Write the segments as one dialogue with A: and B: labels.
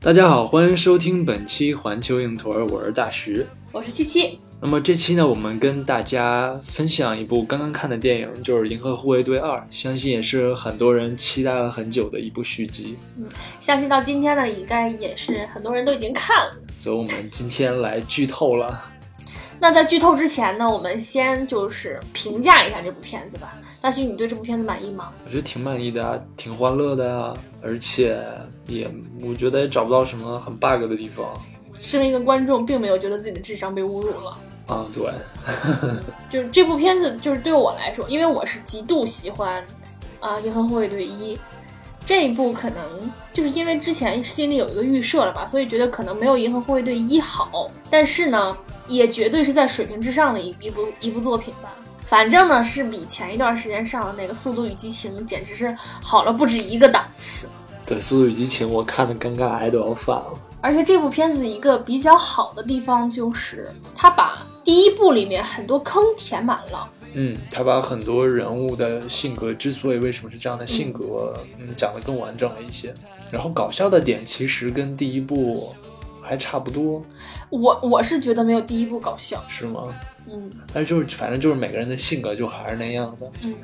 A: 大家好，欢迎收听本期环球影图儿，我是大徐。
B: 我是七七，
A: 那么这期呢，我们跟大家分享一部刚刚看的电影，就是《银河护卫队二》，相信也是很多人期待了很久的一部续集。
B: 相信到今天呢，应该也是很多人都已经看了。
A: 所以我们今天来剧透了。
B: 那在剧透之前呢，我们先就是评价一下这部片子吧。大徐，你对这部片子满意吗？
A: 我觉得挺满意的啊，挺欢乐的啊，而且也我觉得也找不到什么很 bug 的地方
B: 身为一个观众，并没有觉得自己的智商被侮辱了。
A: 啊。对，
B: 就是这部片子，就是对我来说，因为我是极度喜欢啊《银河护卫队一》这一部，可能就是因为之前心里有一个预设了吧，所以觉得可能没有《银河护卫队一》好，但是呢，也绝对是在水平之上的一一部一部作品吧。反正呢，是比前一段时间上的那个《速度与激情》简直是好了不止一个档次。
A: 对《速度与激情》，我看的尴尬癌都要犯啊了。
B: 而且这部片子一个比较好的地方就是，它把第一部里面很多坑填满了。
A: 嗯，他把很多人物的性格之所以为什么是这样的性格，嗯，讲得更完整了一些。然后搞笑的点其实跟第一部还差不多，
B: 我我是觉得没有第一部搞笑，
A: 是吗？
B: 嗯
A: 但是就是反正就是每个人的性格就还是那样的，
B: 嗯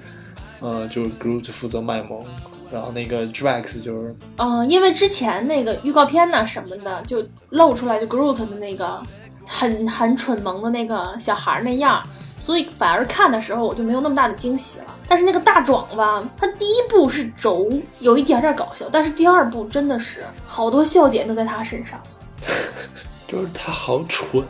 A: 嗯、就是 Groot 负责卖萌，然后那个 Drax 就是
B: 嗯、呃因为之前那个预告片呐什么的，就露出来就 Groot 的那个很很蠢萌的那个小孩儿那样儿，所以反而看的时候我就没有那么大的惊喜了。但是那个大壮吧，他第一部是轴有一点点搞笑，但是第二部真的是好多笑点都在他身上。
A: 就是他好蠢，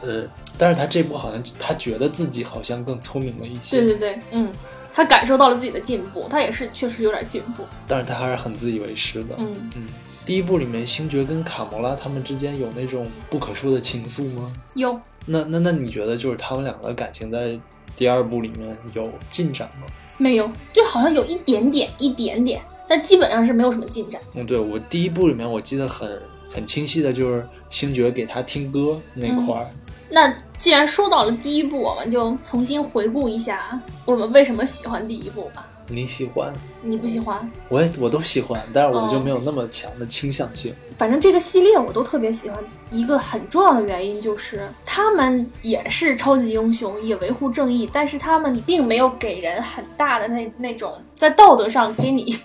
A: 但是他这部好像他觉得自己好像更聪明了一些，
B: 对对对，嗯，他感受到了自己的进步，他也是确实有点进步。
A: 但是他还是很自以为是的。
B: 嗯，
A: 嗯，第一部里面星爵跟卡魔拉他们之间有那种不可说的情愫吗？
B: 有
A: 那那那你觉得就是他们两个感情在第二部里面有进展吗？
B: 没有？就好像有一点点，一点点，但基本上是没有什么进展。
A: 嗯，对我第一部里面我记得很很清晰的就是星爵给他听歌那
B: 嗯
A: 块儿，
B: 那既然说到了第一部，我们就重新回顾一下我们为什么喜欢第一部吧。
A: 你喜欢，
B: 你不喜欢？
A: 我也我都喜欢，但是我就
B: 哦
A: 没有那么强的倾向性。
B: 反正这个系列我都特别喜欢，一个很重要的原因就是他们也是超级英雄，也维护正义，但是他们并没有给人很大的那那种在道德上给你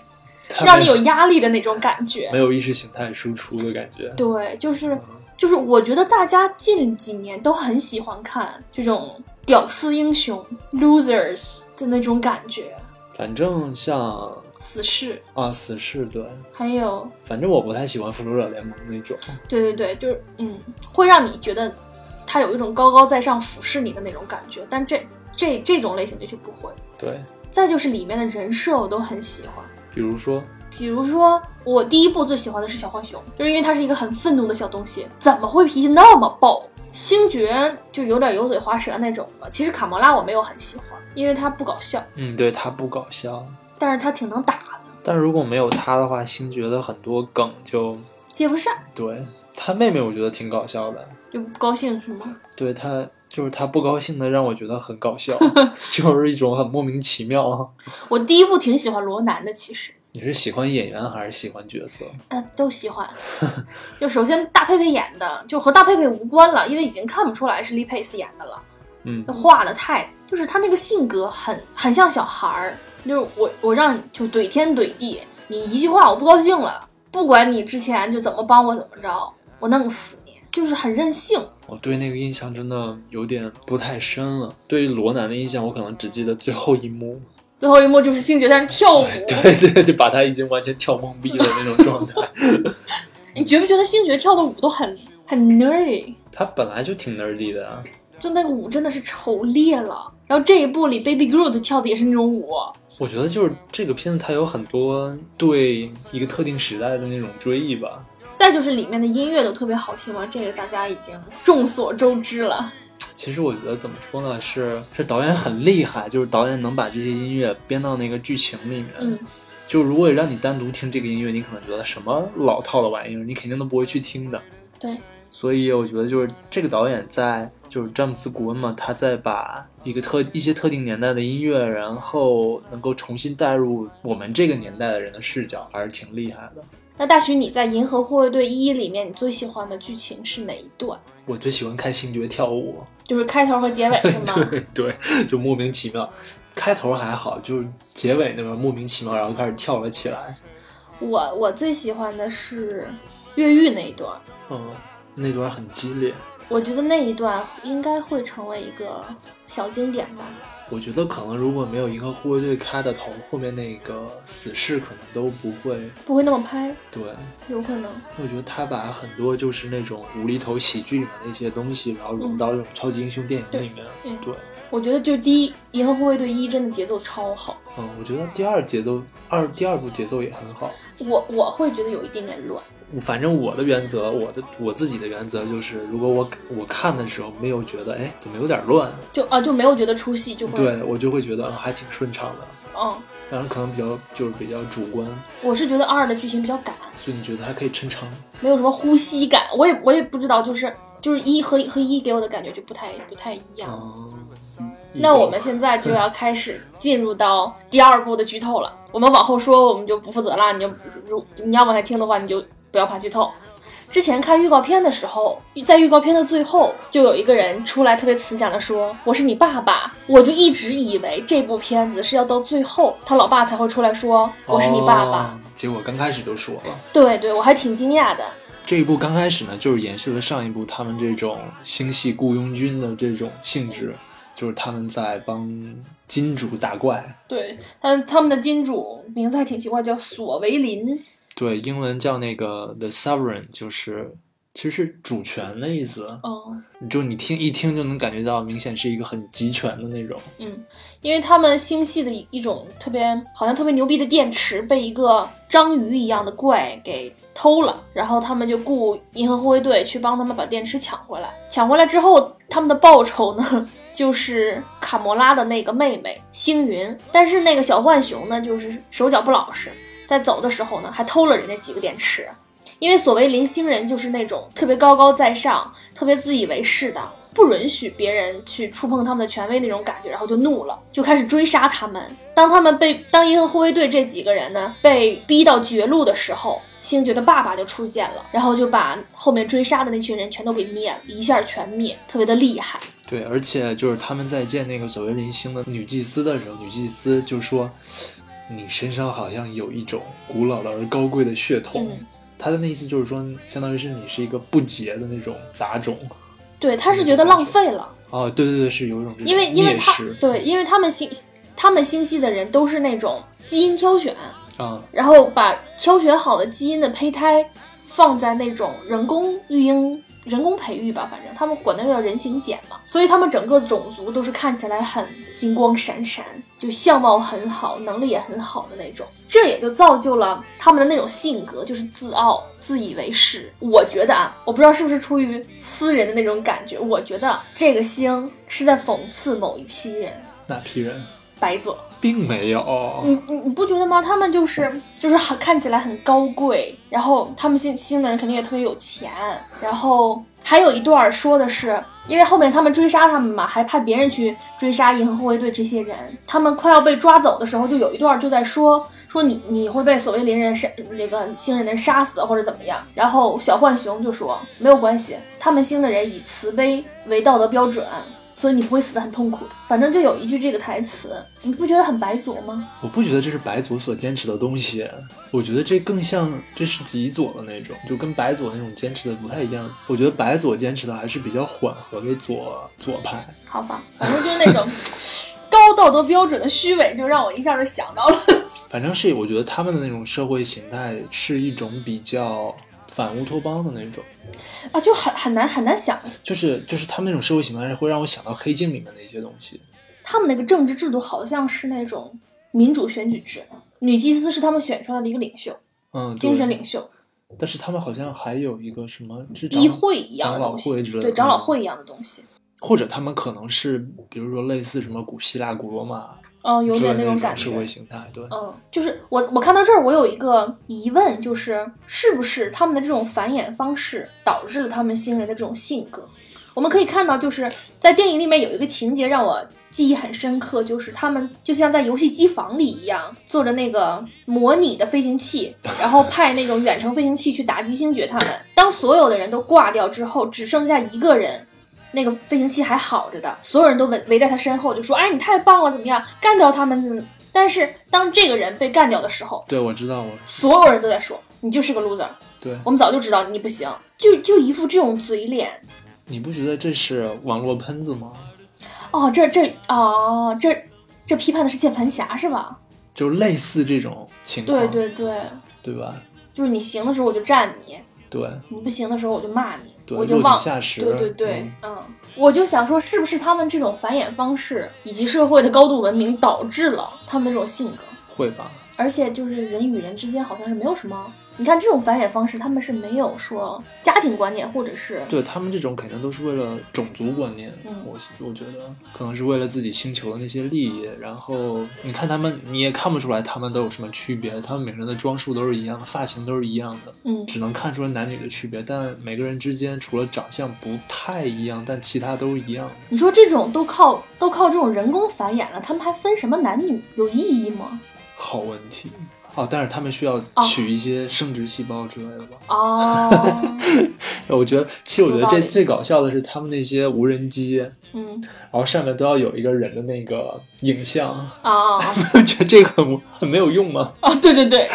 A: 他
B: 让
A: 没
B: 你有压力的那种感觉
A: 没。有意识形态输出的感觉？
B: 对，就是就是，我觉得大家近几年都很喜欢看这种屌丝英雄 losers 的那种感觉，
A: 反正像
B: 死侍，
A: 啊死侍对，
B: 还有
A: 反正我不太喜欢复仇者联盟那种。
B: 对对对，就是嗯，会让你觉得他有一种高高在上俯视你的那种感觉，但这这这种类型的就不会。
A: 对，
B: 再就是里面的人设我都很喜欢，
A: 比如说
B: 比如说我第一部最喜欢的是小浣熊，就是因为他是一个很愤怒的小东西，怎么会脾气那么暴？星爵就有点油嘴滑舌那种吧。其实卡魔拉我没有很喜欢，因为他不搞笑，
A: 嗯，对他不搞笑，
B: 但是他挺能打的，
A: 但如果没有他的话，星爵的很多梗就
B: 接不上，
A: 对他妹妹，我觉得挺搞笑的。
B: 就不高兴是吗？
A: 对他就是他不高兴的，让我觉得很搞笑，就是一种很莫名其妙。
B: 我第一部挺喜欢罗南的，其实。
A: 你是喜欢演员还是喜欢角色？
B: 呃，都喜欢。 就首先大佩佩演的，就和大佩佩无关了，因为已经看不出来是丽佩斯演的了。
A: 嗯
B: 就画的太，就是他那个性格很很像小孩儿，就是我我让你就怼天怼地，你一句话我不高兴了，不管你之前就怎么帮我怎么着，我弄死你，就是很任性。
A: 我对那个印象真的有点不太深了。对于罗南的印象，我可能只记得最后一幕，
B: 最后一幕就是星爵在那跳舞，
A: 对对， 就把他已经完全跳懵逼了那种状态。
B: 你觉不觉得星爵跳的舞都很很 nerdy？
A: 他本来就挺 nerdy 的啊，
B: 就那个舞真的是丑裂了。然后这一部里 Baby Groot 跳的也是那种舞，
A: 我觉得就是这个片子，它有很多对一个特定时代的那种追忆吧。
B: 再就是里面的音乐都特别好听嘛，这个大家已经众所周知了。
A: 其实我觉得怎么说呢，是是导演很厉害，就是导演能把这些音乐编到那个剧情里面。
B: 嗯，
A: 就如果让你单独听这个音乐，你可能觉得什么老套的玩意儿，你肯定都不会去听的。
B: 对，
A: 所以我觉得就是这个导演在就是詹姆斯·古恩嘛，他在把一个特一些特定年代的音乐，然后能够重新带入我们这个年代的人的视角，还是挺厉害的。
B: 那大徐，你在《银河护卫队一》里面，你最喜欢的剧情是哪一段？
A: 我最喜欢看星爵跳舞，
B: 就是开头和结尾是吗？
A: 对对，就莫名其妙。开头还好，就是结尾那边莫名其妙，然后开始跳了起来。
B: 我我最喜欢的是越狱那一段，
A: 嗯，那段很激烈。
B: 我觉得那一段应该会成为一个小经典吧。
A: 我觉得可能如果没有银河护卫队开的头，后面那个死侍可能都不会。
B: 不会那么拍，
A: 对，
B: 有可能。
A: 我觉得他把很多就是那种无厘头喜剧里面的一些东西，然后融到这种超级英雄电影里面。
B: 嗯
A: 对，
B: 我觉得就第一，《银河护卫队一》真的节奏超好，
A: 嗯，我觉得第二节奏二第二部节奏也很好。
B: 我我会觉得有一点点乱。
A: 反正我的原则，我的我自己的原则就是，如果我我看的时候没有觉得，哎，怎么有点乱？
B: 就啊，就没有觉得出戏，就会，
A: 对我就会觉得、嗯、还挺顺畅的。
B: 嗯，
A: 当然可能比较就是比较主观，
B: 我是觉得二的剧情比较赶，
A: 所以你觉得还可以抻长。
B: 没有什么呼吸感，我也我也不知道，就是就是一和和一给我的感觉就不太不太一样。
A: 嗯，
B: 那我们现在就要开始进入到第二部的剧透了，我们往后说我们就不负责了，你就如你要往下听的话，你就不要怕剧透。之前看预告片的时候，在预告片的最后，就有一个人出来特别慈祥的说：“我是你爸爸。”我就一直以为这部片子是要到最后他老爸才会出来说：“我是你爸爸。
A: 哦结果刚开始就说了，
B: 对对，我还挺惊讶的。
A: 这一部刚开始呢，就是延续了上一部他们这种星系雇佣军的这种性质，就是他们在帮金主打怪。
B: 对，但他们的金主名字还挺奇怪，叫索维林。
A: 对，英文叫那个 The Sovereign，就是其实是主权的意思。
B: 嗯
A: 就你听一听就能感觉到，明显是一个很集权的那种。
B: 嗯，因为他们星系的一一种特别好像特别牛逼的电池被一个章鱼一样的怪给偷了，然后他们就雇银河护卫队去帮他们把电池抢回来。抢回来之后，他们的报酬呢？就是卡魔拉的那个妹妹星云，但是那个小浣熊呢，就是手脚不老实，在走的时候呢，还偷了人家几个电池。因为所谓林星人就是那种特别高高在上、特别自以为是的，不允许别人去触碰他们的权威那种感觉，然后就怒了，就开始追杀他们。当他们被当银河护卫队这几个人呢被逼到绝路的时候，星爵的爸爸就出现了，然后就把后面追杀的那群人全都给灭了，一下全灭，特别的厉害。
A: 对，而且就是他们在见那个所谓林星的女祭司的时候，女祭司就说：“你身上好像有一种古老的而高贵的血统。
B: 嗯
A: 她的那意思就是说，相当于是你是一个不洁的那种杂种。
B: 对，他是觉得浪费了，
A: 哦，对对对，是有一种这种
B: 因为因为
A: 蔑
B: 他
A: 视
B: 对，因为他们星他们星系的人都是那种基因挑选，
A: 啊，
B: 然后把挑选好的基因的胚胎放在那种人工育婴、人工培育吧，反正他们管那个叫人形茧嘛，所以他们整个种族都是看起来很金光闪闪，就相貌很好，能力也很好的那种。这也就造就了他们的那种性格，就是自傲、自以为是。我觉得啊，我不知道是不是出于私人的那种感觉，我觉得这个星是在讽刺某一批人，
A: 那批人
B: 白左。
A: 并没有。
B: 你你你不觉得吗？他们就是就是很看起来很高贵，然后他们新新的人肯定也特别有钱，然后还有一段儿说的是，因为后面他们追杀他们嘛，还派别人去追杀银河护卫队这些人，他们快要被抓走的时候，就有一段儿就在说。说你你会被所谓邻人杀这个星人的人杀死或者怎么样，然后小浣熊就说没有关系，他们星的人以慈悲为道德标准，所以你不会死得很痛苦的。反正就有一句这个台词，你不觉得很白左吗？
A: 我不觉得这是白左所坚持的东西，我觉得这更像这是极左的那种，就跟白左那种坚持的不太一样。我觉得白左坚持的还是比较缓和的左左派。
B: 好吧，反正就是那种 高道德标准的虚伪，就让我一下就想到了。
A: 反正是我觉得他们的那种社会形态是一种比较反乌托邦的那种，
B: 啊，就很很难很难想，
A: 就是就是他们那种社会形态是会让我想到黑镜里面的一些东西。
B: 他们那个政治制度好像是那种民主选举制，女祭司是他们选出来的一个领袖，
A: 嗯，
B: 精神
A: 对
B: 领袖，
A: 但是他们好像还有一个什么是长
B: 议会一样的
A: 长老
B: 东西，
A: 会之类的，
B: 对长老会一样的东西，
A: 或者他们可能是比如说类似什么古希腊、古罗马
B: 嗯，有
A: 之类
B: 点
A: 的
B: 种
A: 种
B: 感
A: 社
B: 觉。
A: 会形态，对。
B: 嗯，就是我我看到这儿，我有一个疑问，就是是不是他们的这种繁衍方式导致了他们星人的这种性格？我们可以看到，就是在电影里面有一个情节让我记忆很深刻，就是他们就像在游戏机房里一样，坐着那个模拟的飞行器，然后派那种远程飞行器去打击星爵他们。当所有的人都挂掉之后，只剩下一个人，那个飞行器还好着的，所有人都围围在他身后，就说：“哎，你太棒了，怎么样？干掉他们！”怎么但是当这个人被干掉的时候，
A: 对，我知道，我
B: 所有人都在说：“你就是个 loser。”
A: 对，
B: 我们早就知道你不行，就就一副这种嘴脸。
A: 你不觉得这是网络喷子吗？
B: 哦，这这哦，这这批判的是键盘侠是吧？
A: 就类似这种情况，
B: 对对对，
A: 对吧？
B: 就是你行的时候我就站你，
A: 对
B: 你不行的时候我就骂你，
A: 对，
B: 我
A: 落
B: 就
A: 井
B: 忘。
A: 下石，
B: 对对对
A: 嗯，
B: 嗯，我就想说，是不是他们这种繁衍方式以及社会的高度文明导致了他们的这种性格？
A: 会吧？
B: 而且就是人与人之间好像是没有什么，你看这种繁衍方式，他们是没有说家庭观念，或者是
A: 对他们这种肯定都是为了种族观念，
B: 嗯
A: 我我觉得可能是为了自己星球的那些利益。然后你看他们，你也看不出来他们都有什么区别，他们每个人的装束都是一样的，发型都是一样的，
B: 嗯
A: 只能看出来男女的区别。但每个人之间除了长相不太一样，但其他都是一样的。
B: 你说这种都靠都靠这种人工繁衍了，他们还分什么男女？有意义吗？
A: 好问题哦，但是他们需要取一些生殖细胞之类的吧？哎
B: 哦，
A: 我觉得，其实我觉得
B: 有道
A: 这
B: 理
A: 最搞笑的是他们那些无人机，
B: 嗯
A: 然后上面都要有一个人的那个影像，
B: 啊
A: 我觉得这个很无很没有用吗？
B: 啊！对对对，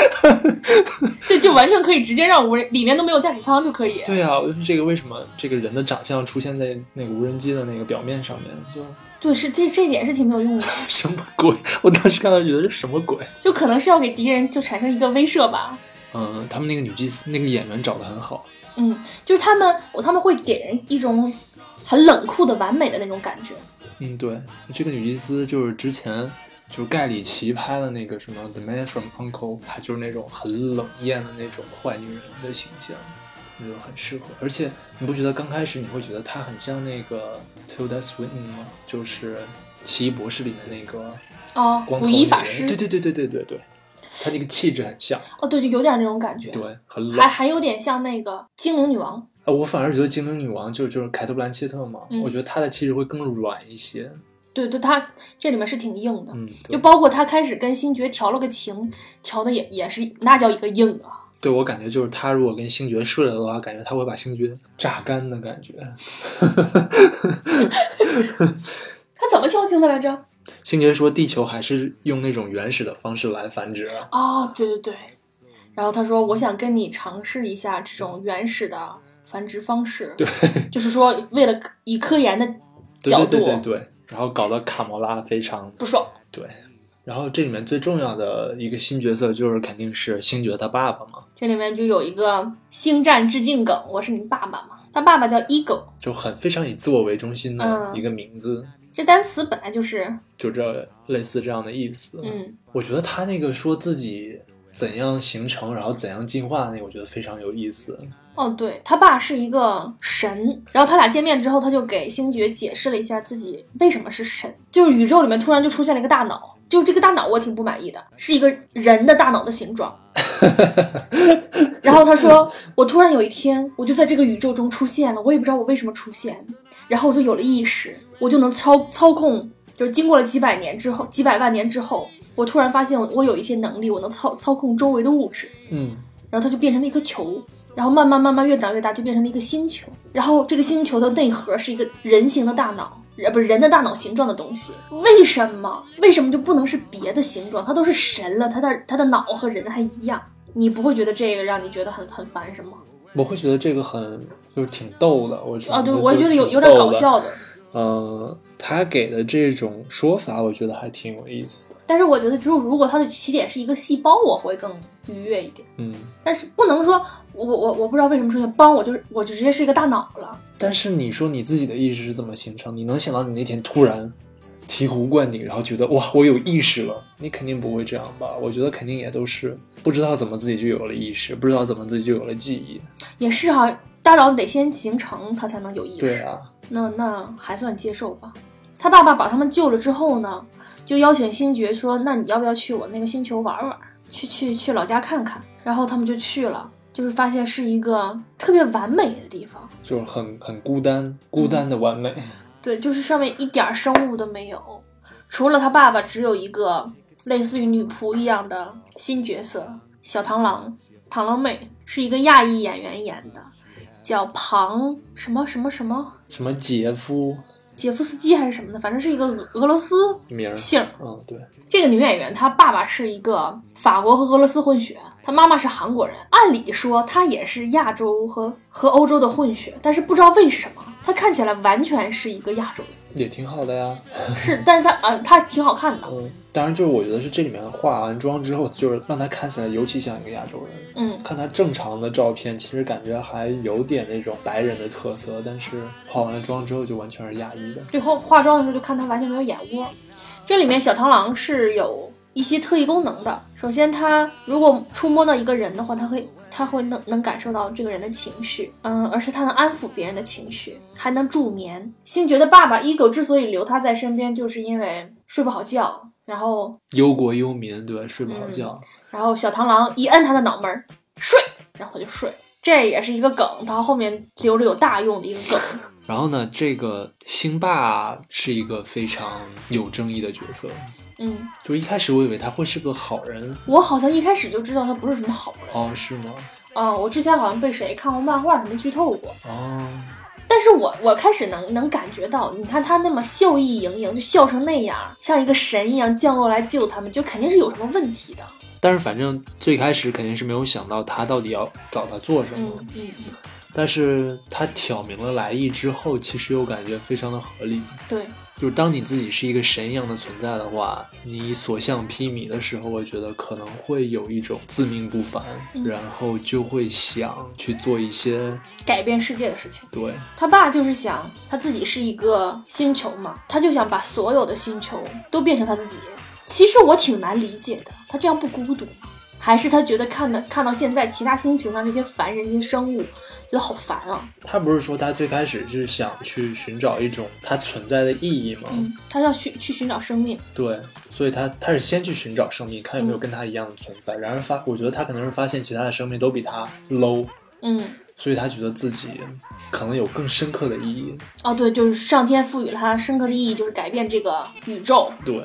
B: 对，就完全可以直接让无人里面都没有驾驶舱就可以。
A: 对啊，我就是这个为什么这个人的长相出现在那个无人机的那个表面上面，就
B: 对，是这这一点是挺没有用的，
A: 什么鬼？我当时看到觉得这什么鬼？
B: 就可能是要给敌人就产生一个威慑吧。
A: 嗯，他们那个女祭司那个演员找的很好，
B: 嗯，就是他们，我他们会给人一种很冷酷的完美的那种感觉。
A: 嗯，对，这个女祭司就是之前就是盖里奇拍的那个什么《The Man from Uncle》，她就是那种很冷艳的那种坏女人的形象，我觉得很适合。而且你不觉得刚开始你会觉得她很像那个 Tilda Swinton 吗？就是《奇异博士》里面那个
B: 哦，
A: 光头
B: 古
A: 女
B: 一
A: 人
B: 法师，
A: 对对对对对对对，她那个气质很像，
B: 哦，对，就有点那种感觉，
A: 对，很冷
B: 还。还有点像那个精灵女王。
A: 啊，我反而觉得精灵女王就就是凯特·布兰切特嘛，
B: 嗯
A: 我觉得她的气质会更软一些。
B: 对对，她这里面是挺硬的，
A: 嗯，对
B: 就包括她开始跟星爵调了个情，调的也也是那叫一个硬啊。
A: 对我感觉就是他如果跟星爵睡了的话，感觉他会把星爵榨干的感觉。
B: 她怎么调情的来着？
A: 星爵说地球还是用那种原始的方式来繁殖，啊
B: 哦，对对对。然后他说：“我想跟你尝试一下这种原始的繁殖方式，
A: 对，
B: 就是说为了以科研的
A: 对
B: 角
A: 对
B: 度
A: 对对对，然后搞得卡魔拉非常
B: 不爽。
A: 对。然后这里面最重要的一个新角色就是肯定是星爵他爸爸嘛，
B: 这里面就有一个《星战》致敬梗，我是你爸爸嘛。他爸爸叫 Ego，
A: 就很非常以自我为中心的
B: 嗯
A: 一个名字，
B: 这单词本来就是，
A: 就这类似这样的意思。
B: 嗯，
A: 我觉得他那个说自己怎样形成，然后怎样进化的那个，我觉得非常有意思。
B: 哦，对他爸是一个神，然后他俩见面之后，他就给星爵解释了一下自己为什么是神，就是宇宙里面突然就出现了一个大脑，就是这个大脑我挺不满意的，是一个人的大脑的形状。然后他说，我突然有一天，我就在这个宇宙中出现了，我也不知道我为什么出现，然后我就有了意识，我就能操操控，就是经过了几百年之后，几百万年之后，我突然发现我我有一些能力，我能操操控周围的物质。
A: 嗯，
B: 然后它就变成了一颗球，然后慢慢慢慢越长越大，就变成了一个星球。然后这个星球的内核是一个人形的大脑，呃，不是人的大脑形状的东西。为什么？为什么就不能是别的形状？它都是神了，它的它的脑和人还一样。你不会觉得这个让你觉得很很烦是吗？
A: 我会觉得这个很就是挺逗的，我觉得
B: 啊，对，
A: 就
B: 我也觉得有
A: 挺
B: 有点
A: 逗
B: 搞
A: 的。
B: 笑的。
A: 嗯，他给的这种说法，我觉得还挺有意思的。
B: 但是我觉得，就如果它的起点是一个细胞，我会更愉悦一点。
A: 嗯，
B: 但是不能说我我我不知道为什么出现帮我就是我就直接是一个大脑了。
A: 但是你说你自己的意识是怎么形成？你能想到你那天突然醍醐灌顶，然后觉得哇，我有意识了？你肯定不会这样吧？我觉得肯定也都是不知道怎么自己就有了意识，不知道怎么自己就有了记忆。
B: 也是哈、大脑得先形成，它才能有意识。
A: 对啊，
B: 那那还算接受吧。他爸爸把他们救了之后呢，就邀请星爵说：“那你要不要去我那个星球玩玩？去去去老家看看。”然后他们就去了，就是发现是一个特别完美的地方。
A: 就是很很孤单，孤单的完美。
B: 对，就是上面一点儿生物都没有，除了他爸爸，只有一个类似于女仆一样的新角色小螳螂，螳螂妹是一个亚裔演员演的，叫庞什么什么什么
A: 什么杰夫
B: 杰夫斯基还是什么的，反正是一个俄俄罗斯
A: 名儿，
B: 姓儿。
A: 嗯，对，
B: 这个女演员她爸爸是一个法国和俄罗斯混血，她妈妈是韩国人。按理说她也是亚洲和和欧洲的混血，但是不知道为什么她看起来完全是一个亚洲人。
A: 也挺好的呀。
B: 是，但是她呃她挺好看的，
A: 嗯，当然就是我觉得是这里面化完妆之后，就是让他看起来尤其像一个亚洲人。
B: 嗯，
A: 看他正常的照片，其实感觉还有点那种白人的特色，但是化完了妆之后就完全是亚裔的。
B: 最后化妆的时候就看她完全没有眼窝。这里面小螳螂是有一些特异功能的。首先，它如果触摸到一个人的话，它会它会能能感受到这个人的情绪，嗯，而且它能安抚别人的情绪，还能助眠。星爵的爸爸伊狗之所以留他在身边，就是因为睡不好觉，然后
A: 忧国忧民，对吧？睡不好觉，
B: 然后小螳螂一摁他的脑门儿，睡，然后他就睡。这也是一个梗，它后面留着有大用的一个梗。
A: 然后呢，这个星爸是一个非常有争议的角色。
B: 嗯，
A: 就是一开始我以为他会是个好人，
B: 我好像一开始就知道他不是什么好人。
A: 哦，是吗？
B: 啊、我之前好像被谁看过漫画什么剧透过，
A: 哦，
B: 但是我我开始能能感觉到，你看他那么笑意盈盈，就笑成那样，像一个神一样降落来救他们，就肯定是有什么问题的。
A: 但是反正最开始肯定是没有想到他到底要找他做什么，
B: 嗯嗯，
A: 但是他挑明了来意之后，其实又感觉非常的合理。
B: 对，
A: 就是当你自己是一个神一样的存在的话，你所向披靡的时候，我觉得可能会有一种自命不凡，
B: 嗯
A: 然后就会想去做一些
B: 改变世界的事情。
A: 对，
B: 他爸就是想他自己是一个星球嘛，他就想把所有的星球都变成他自己。其实我挺难理解的，他这样不孤独吗？还是他觉得看到看到现在其他星球上这些凡人、这些生物，觉得好烦啊？
A: 他不是说他最开始是想去寻找一种他存在的意义吗？
B: 嗯，他要去去寻找生命。
A: 对，所以他他是先去寻找生命，看有
B: 嗯
A: 没有跟他一样的存在。然而发，我觉得他可能是发现其他的生命都比他 low，
B: 嗯，
A: 所以他觉得自己可能有更深刻的意义。
B: 哦，对，就是上天赋予了它深刻的意义，就是改变这个宇宙，
A: 对，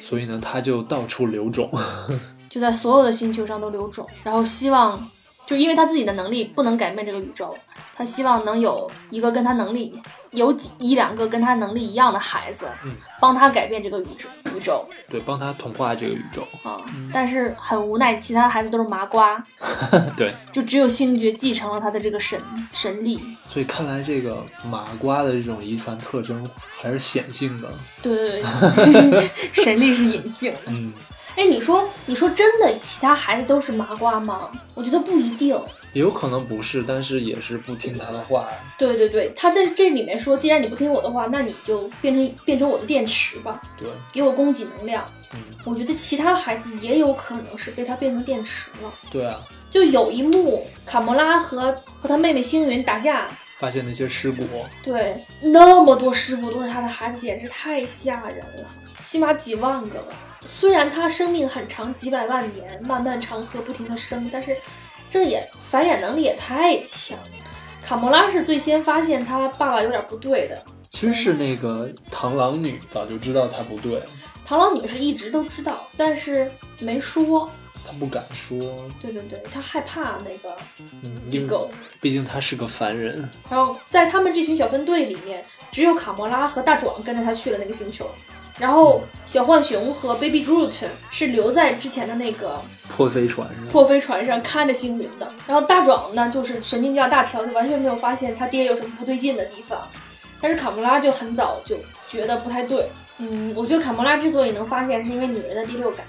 A: 所以呢，他就到处留种。
B: 就在所有的星球上都留种，然后希望，就因为他自己的能力不能改变这个宇宙，他希望能有一个跟他能力有几一两个跟他能力一样的孩子，
A: 嗯
B: 帮他改变这个宇宙宇宙
A: 对，帮他同化这个宇宙。
B: 啊、但是很无奈，其他孩子都是麻瓜，
A: 对，
B: 就只有星爵继承了他的这个神神力。
A: 所以看来这个麻瓜的这种遗传特征还是显性的。
B: 对对对，神力是隐性的。
A: 嗯，
B: 哎，你说，你说真的，其他孩子都是麻瓜吗？我觉得不一定。
A: 也有可能不是，但是也是不听他的话。
B: 对对对，他在这里面说，既然你不听我的话，那你就变成变成我的电池吧，
A: 对，
B: 给我供给能量。
A: 嗯，
B: 我觉得其他孩子也有可能是被他变成电池了。
A: 对啊，
B: 就有一幕，卡魔拉和和他妹妹星云打架，
A: 发现那些尸骨，
B: 对，那么多尸骨都是他的孩子，简直太吓人了，起码几万个吧。虽然他生命很长，几百万年，漫漫长河不停的生，但是这也繁衍能力也太强了。卡魔拉是最先发现他爸爸有点不对的，
A: 其实是那个螳螂女早就知道他不对，
B: 螳螂女是一直都知道，但是没说。
A: 她不敢说，
B: 对对对，她害怕那个
A: 嗯，
B: 一
A: 因
B: 狗
A: 为。毕竟她是个凡人。
B: 然后在他们这群小分队里面，只有卡魔拉和大壮跟着他去了那个星球，然后小浣熊和 Baby Groot 是留在之前的那个
A: 破飞船是吧？
B: 破飞船上看着星云的。然后大壮呢，就是神经比较大条，就完全没有发现他爹有什么不对劲的地方。但是卡魔拉就很早就觉得不太对。嗯，我觉得卡魔拉之所以能发现，是因为女人的第六感。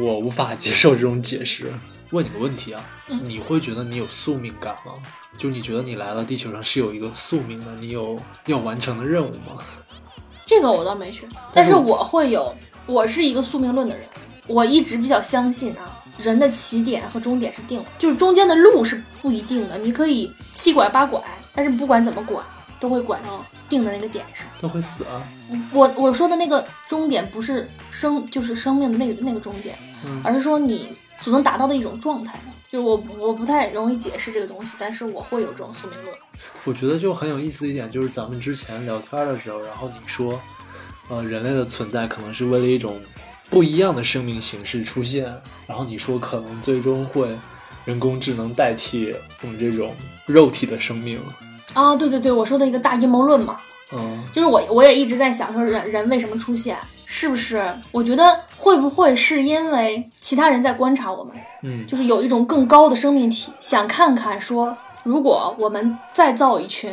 A: 我无法接受这种解释。问你个问题啊，
B: 嗯
A: 你会觉得你有宿命感吗？就你觉得你来到地球上是有一个宿命的，你有要完成的任务吗？
B: 这个我倒没去，但
A: 但
B: 是
A: 是
B: 我会有，我是一个宿命论的人，我一直比较相信啊，人的起点和终点是定的，就是中间的路是不一定的，你可以七拐八拐，但是不管怎么拐，都会拐到定的那个点上。
A: 那会死啊。
B: 我我说的那个终点不是生，就是生命的那个那个终点，
A: 嗯
B: 而是说你所能达到的一种状态。就是我我不太容易解释这个东西，但是我会有这种宿命论。
A: 我觉得就很有意思一点，就是咱们之前聊天的时候，然后你说呃，人类的存在可能是为了一种不一样的生命形式出现，然后你说可能最终会人工智能代替我们这种肉体的生命，
B: 啊，对对对，我说的一个大阴谋论嘛，
A: 嗯，
B: 就是我我也一直在想，说人人为什么出现，是不是？我觉得会不会是因为其他人在观察我们，
A: 嗯，
B: 就是有一种更高的生命体，想看看说，如果我们再造一群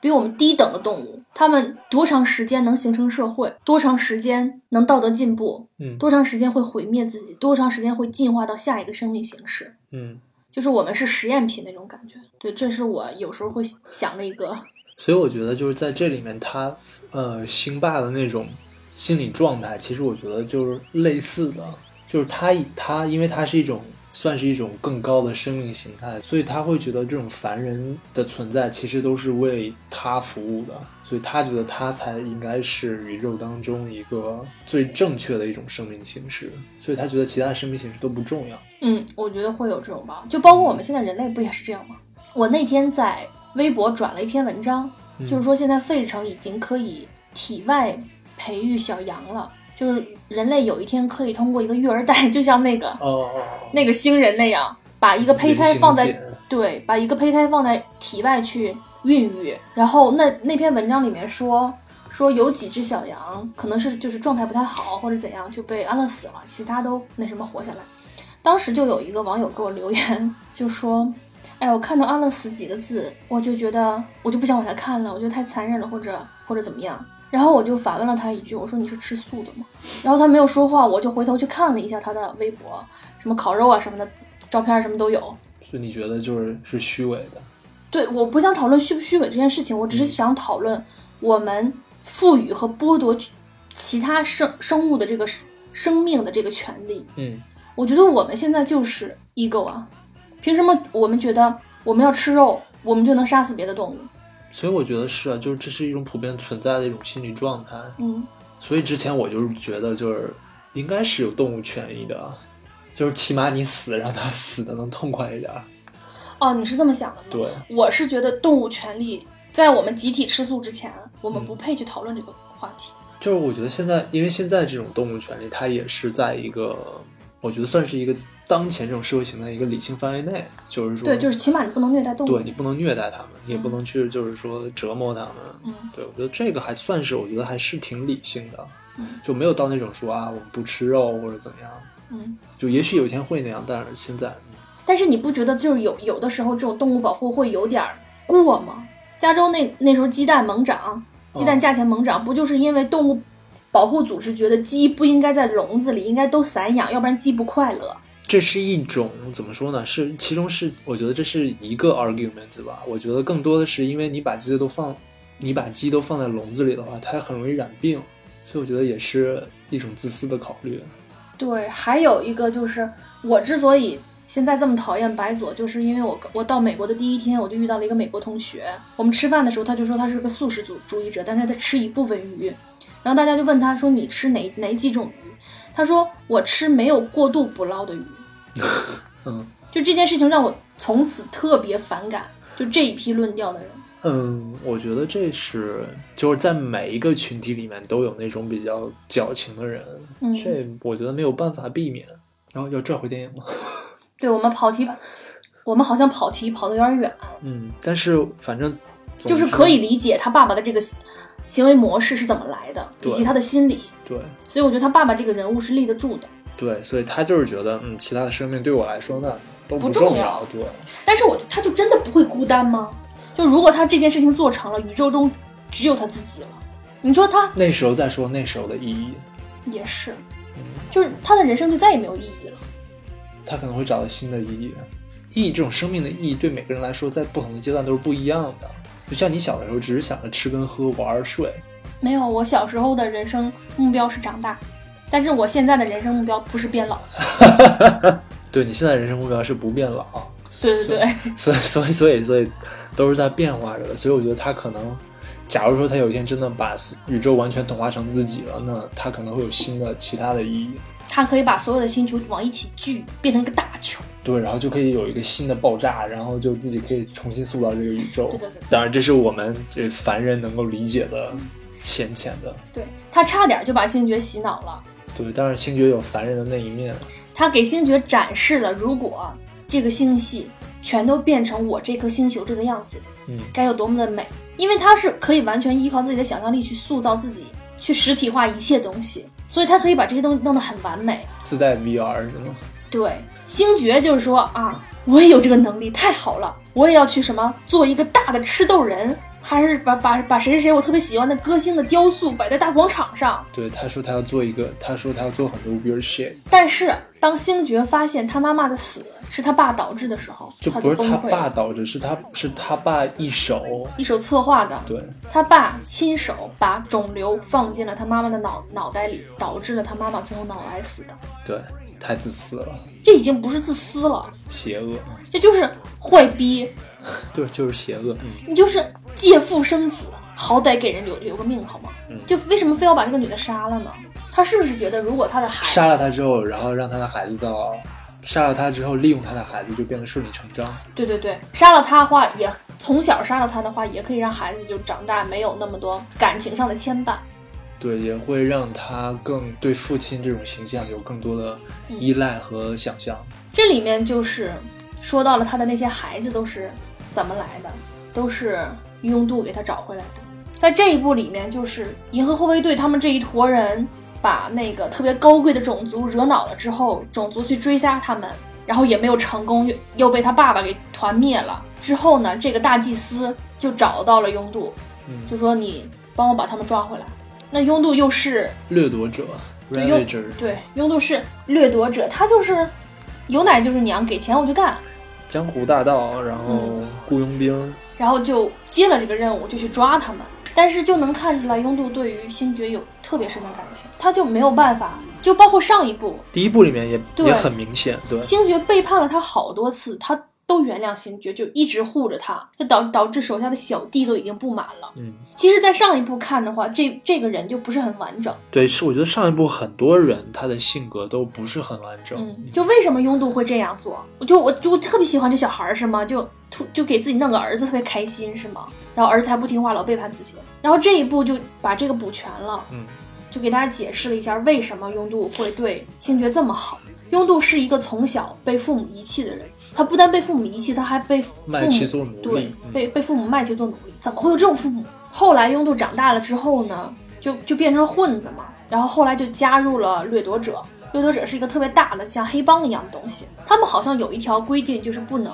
B: 比我们低等的动物，它们多长时间能形成社会，多长时间能道德进步，
A: 嗯
B: 多长时间会毁灭自己，多长时间会进化到下一个生命形式。
A: 嗯，
B: 就是我们是实验品那种感觉，对，这是我有时候会想的一个，
A: 所以我觉得就是在这里面他，呃，星爸的那种心理状态，其实我觉得就是类似的，就是他以他因为他是一种算是一种更高的生命形态，所以他会觉得这种凡人的存在其实都是为他服务的，所以他觉得他才应该是宇宙当中一个最正确的一种生命形式，所以他觉得其他生命形式都不重要。
B: 嗯，我觉得会有这种吧，就包括我们现在人类不也是这样吗？我那天在微博转了一篇文章，就是说现在费城已经可以体外培育小羊了，就是人类有一天可以通过一个育儿袋，就像那个
A: 哦哦哦，
B: 那个星人那样，把一个胚
A: 人
B: 胎
A: 形
B: 放在
A: 茧
B: 对，把一个胚胎放在体外去孕育。然后那那篇文章里面说说有几只小羊可能是就是状态不太好或者怎样就被安乐死了，其他都那什么活下来。当时就有一个网友给我留言，就说：“哎，我看到‘安乐死’几个字，我就觉得我就不想往下看了，我觉得太残忍了，或者或者怎么样。”然后我就反问了他一句：“我说你是吃素的吗？”然后他没有说话，我就回头去看了一下他的微博，什么烤肉啊什么的，照片什么都有。
A: 所以你觉得就是是虚伪的？
B: 对，我不想讨论虚不虚伪这件事情，我
A: 嗯
B: 只是想讨论我们赋予和剥夺其他生生物的这个生生命的这个权利。
A: 嗯
B: 我觉得我们现在就是 ego 啊，凭什么我们觉得我们要吃肉，我们就能杀死别的动物？
A: 所以我觉得是啊，就是这是一种普遍存在的一种心理状态。
B: 嗯，
A: 所以之前我就是觉得，就是应该是有动物权益的，啊就是起码你死，让它死的能痛快一点儿。
B: 哦，你是这么想的吗？
A: 对，
B: 我是觉得动物权利在我们集体吃素之前，我
A: 嗯
B: 们不配去讨论这个话题。
A: 就是我觉得现在，因为现在这种动物权利，它也是在一个，我觉得算是一个当前这种社会形态一个理性范围内，就是说，
B: 对，就是起码你不能虐待动物。
A: 对你不能虐待它们，你也不能去就是说折磨它们。
B: 嗯
A: 对我觉得这个还算是，我觉得还是挺理性的，
B: 嗯
A: 就没有到那种说啊我们不吃肉或者怎么样，
B: 嗯。
A: 就也许有一天会那样，但是现在
B: 但是你不觉得就是有有的时候这种动物保护会有点儿过吗？加州那那时候鸡蛋猛涨，鸡蛋价钱猛涨，不就是因为动物保护组织觉得鸡不应该在笼子里，应该都散养，要不然鸡不快乐。
A: 这是一种怎么说呢？是其中是我觉得这是一个 argument 吧。我觉得更多的是因为你把鸡都放，你把鸡都放在笼子里的话，它很容易染病，所以我觉得也是一种自私的考虑。
B: 对，还有一个就是我之所以现在这么讨厌白左，就是因为我我到美国的第一天，我就遇到了一个美国同学，我们吃饭的时候他就说他是个素食主主义者，但是他吃一部分鱼，然后大家就问他说你吃哪哪几种鱼？他说我吃没有过度捕捞的鱼。
A: 嗯
B: 就这件事情让我从此特别反感，就这一批论调的人。
A: 嗯，我觉得这是就是在每一个群体里面都有那种比较矫情的人，
B: 嗯
A: 这我觉得没有办法避免。然后要拽回电影吗？
B: 对我们跑题，我们好像跑题跑得有点远，
A: 嗯，但是反正总
B: 就是可以理解他爸爸的这个行行为模式是怎么来的，
A: 对
B: 以及他的心理。
A: 对。
B: 所以我觉得他爸爸这个人物是立得住的。
A: 对，所以他就是觉得，嗯，其他的生命对我来说呢都
B: 不
A: 重
B: 重要
A: 对，
B: 但是我他就真的不会孤单吗？就如果他这件事情做成了，宇宙中只有他自己了。你说他
A: 那时候再说那时候的意义，
B: 也是，
A: 嗯
B: 就是他的人生就再也没有意义了。
A: 他可能会找到新的意义。意义这种生命的意义，对每个人来说，在不同的阶段都是不一样的。就像你小的时候，只是想着吃、跟喝、玩儿、睡，
B: 没有，我小时候的人生目标是长大，但是我现在的人生目标不是变老。
A: 对你现在人生目标是不变老，
B: 对对对。
A: 所以所以所以所以都是在变化着的。所以我觉得他可能，假如说他有一天真的把宇宙完全统化成自己了，那他可能会有新的其他的意义。
B: 它可以把所有的星球往一起聚，变成一个大球。
A: 对，然后就可以有一个新的爆炸，然后就自己可以重新塑造这个宇宙。
B: 对对对嗯
A: 当然，这是我们这凡人能够理解的浅浅的。
B: 对他差点就把星爵洗脑了，
A: 对，但是星爵有烦人的那一面。
B: 他给星爵展示了，如果这个星系全都变成我这颗星球这个样子，
A: 嗯，
B: 该有多么的美。因为他是可以完全依靠自己的想象力去塑造自己，去实体化一切东西，所以他可以把这些东西弄得很完美。
A: 自带 VR 是吗？
B: 对，星爵就是说啊，我也有这个能力，太好了，我也要去什么做一个大的吃豆人，还是把把把谁谁谁我特别喜欢的歌星的雕塑摆在大广场上。
A: 对，他说他要做一个，他说他要做很多 weird shit，
B: 但是当星爵发现他妈妈的死是他爸导致的时候，
A: 就
B: 他
A: 不是
B: 崩
A: 他
B: 溃了。
A: 爸导致，是他是他爸一手。
B: 一手策划的，
A: 对，
B: 他爸亲手把肿瘤放进了他妈妈的脑脑袋里，导致了他妈妈最后脑癌死的。
A: 对，太自私了，
B: 这已经不是自私了，
A: 邪恶。啊
B: 这就是坏逼，
A: 对，就是邪恶。嗯，
B: 你就是借父生子，好歹给人留留个命好吗？
A: 嗯
B: 就为什么非要把这个女的杀了呢？他是不是觉得如果他的孩子
A: 杀了他之后，然后让他的孩子到，杀了他之后，利用他的孩子就变得顺理成章。
B: 对对对，杀了他的话也从小杀了他的话，也可以让孩子就长大没有那么多感情上的牵绊。
A: 对，也会让他更对父亲这种形象有更多的
B: 嗯
A: 依赖和想象。
B: 这里面就是说到了他的那些孩子都是怎么来的，都是拥度给他找回来的。在这一部里面，就是银河护卫队他们这一坨人把那个特别高贵的种族惹恼了之后，种族去追杀他们，然后也没有成功，又又被他爸爸给团灭了。之后呢，这个大祭司就找到了拥度，
A: 嗯，
B: 就说你帮我把他们抓回来。那拥度又是
A: 掠夺者
B: 又
A: ，ravager，
B: 对，拥度是掠夺者，他就是有奶就是娘，给钱我就干，
A: 江湖大盗，然后
B: 嗯
A: 雇佣兵，
B: 然后就接了这个任务，就去抓他们。但是就能看出来，拥度对于星爵有特别深的感情，他就没有办法，就包括上一部，
A: 第一部里面也
B: 对
A: 也很明显，对，
B: 星爵背叛了他好多次，他都原谅星爵，就一直护着他，就导导致手下的小弟都已经不满了。
A: 嗯，
B: 其实，在上一部看的话，这这个人就不是很完整。
A: 对，是我觉得上一部很多人他的性格都不是很完整，
B: 嗯，就为什么拥度会这样做？我就我就我特别喜欢这小孩儿是吗？就突就给自己弄个儿子特别开心是吗？然后儿子还不听话，老背叛自己。然后这一步就把这个补全了，
A: 嗯，
B: 就给大家解释了一下为什么拥度会对星爵这么好。拥度是一个从小被父母遗弃的人，他不但被父母遗弃，他还被父母
A: 卖去做奴
B: 对
A: 隶，嗯，
B: 被被父母卖去做奴隶，怎么会有这种父母？后来拥度长大了之后呢，就就变成混子嘛，然后后来就加入了掠夺者。掠夺者是一个特别大的像黑帮一样的东西，他们好像有一条规定，就是不能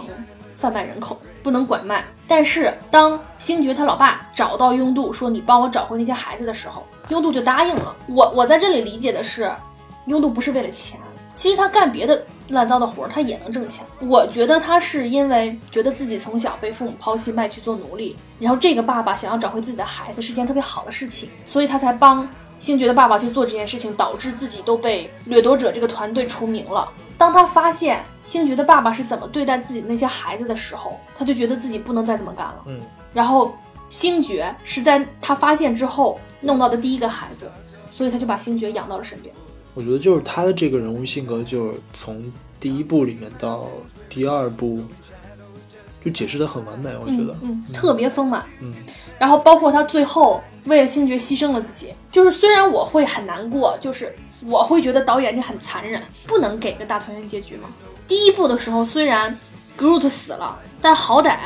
B: 贩卖人口，不能拐卖。但是当星爵他老爸找到拥度说你帮我找回那些孩子的时候，拥度就答应了。我我在这里理解的是，拥度不是为了钱，其实他干别的乱糟的活儿，他也能挣钱。我觉得他是因为觉得自己从小被父母抛弃，卖去做奴隶，然后这个爸爸想要找回自己的孩子是件特别好的事情，所以他才帮星爵的爸爸去做这件事情，导致自己都被掠夺者这个团队除名了。当他发现星爵的爸爸是怎么对待自己的那些孩子的时候，他就觉得自己不能再这么干了。
A: 嗯，
B: 然后星爵是在他发现之后弄到的第一个孩子，所以他就把星爵养到了身边。
A: 我觉得就是他的这个人物性格，就是从第一部里面到第二部，就解释的很完美，我觉得，
B: 嗯，嗯特别丰满。
A: 嗯
B: 然后包括他最后为了星爵牺牲了自己，就是虽然我会很难过，就是我会觉得导演你很残忍，不能给个大团圆结局吗？第一部的时候虽然 Groot 死了，但好歹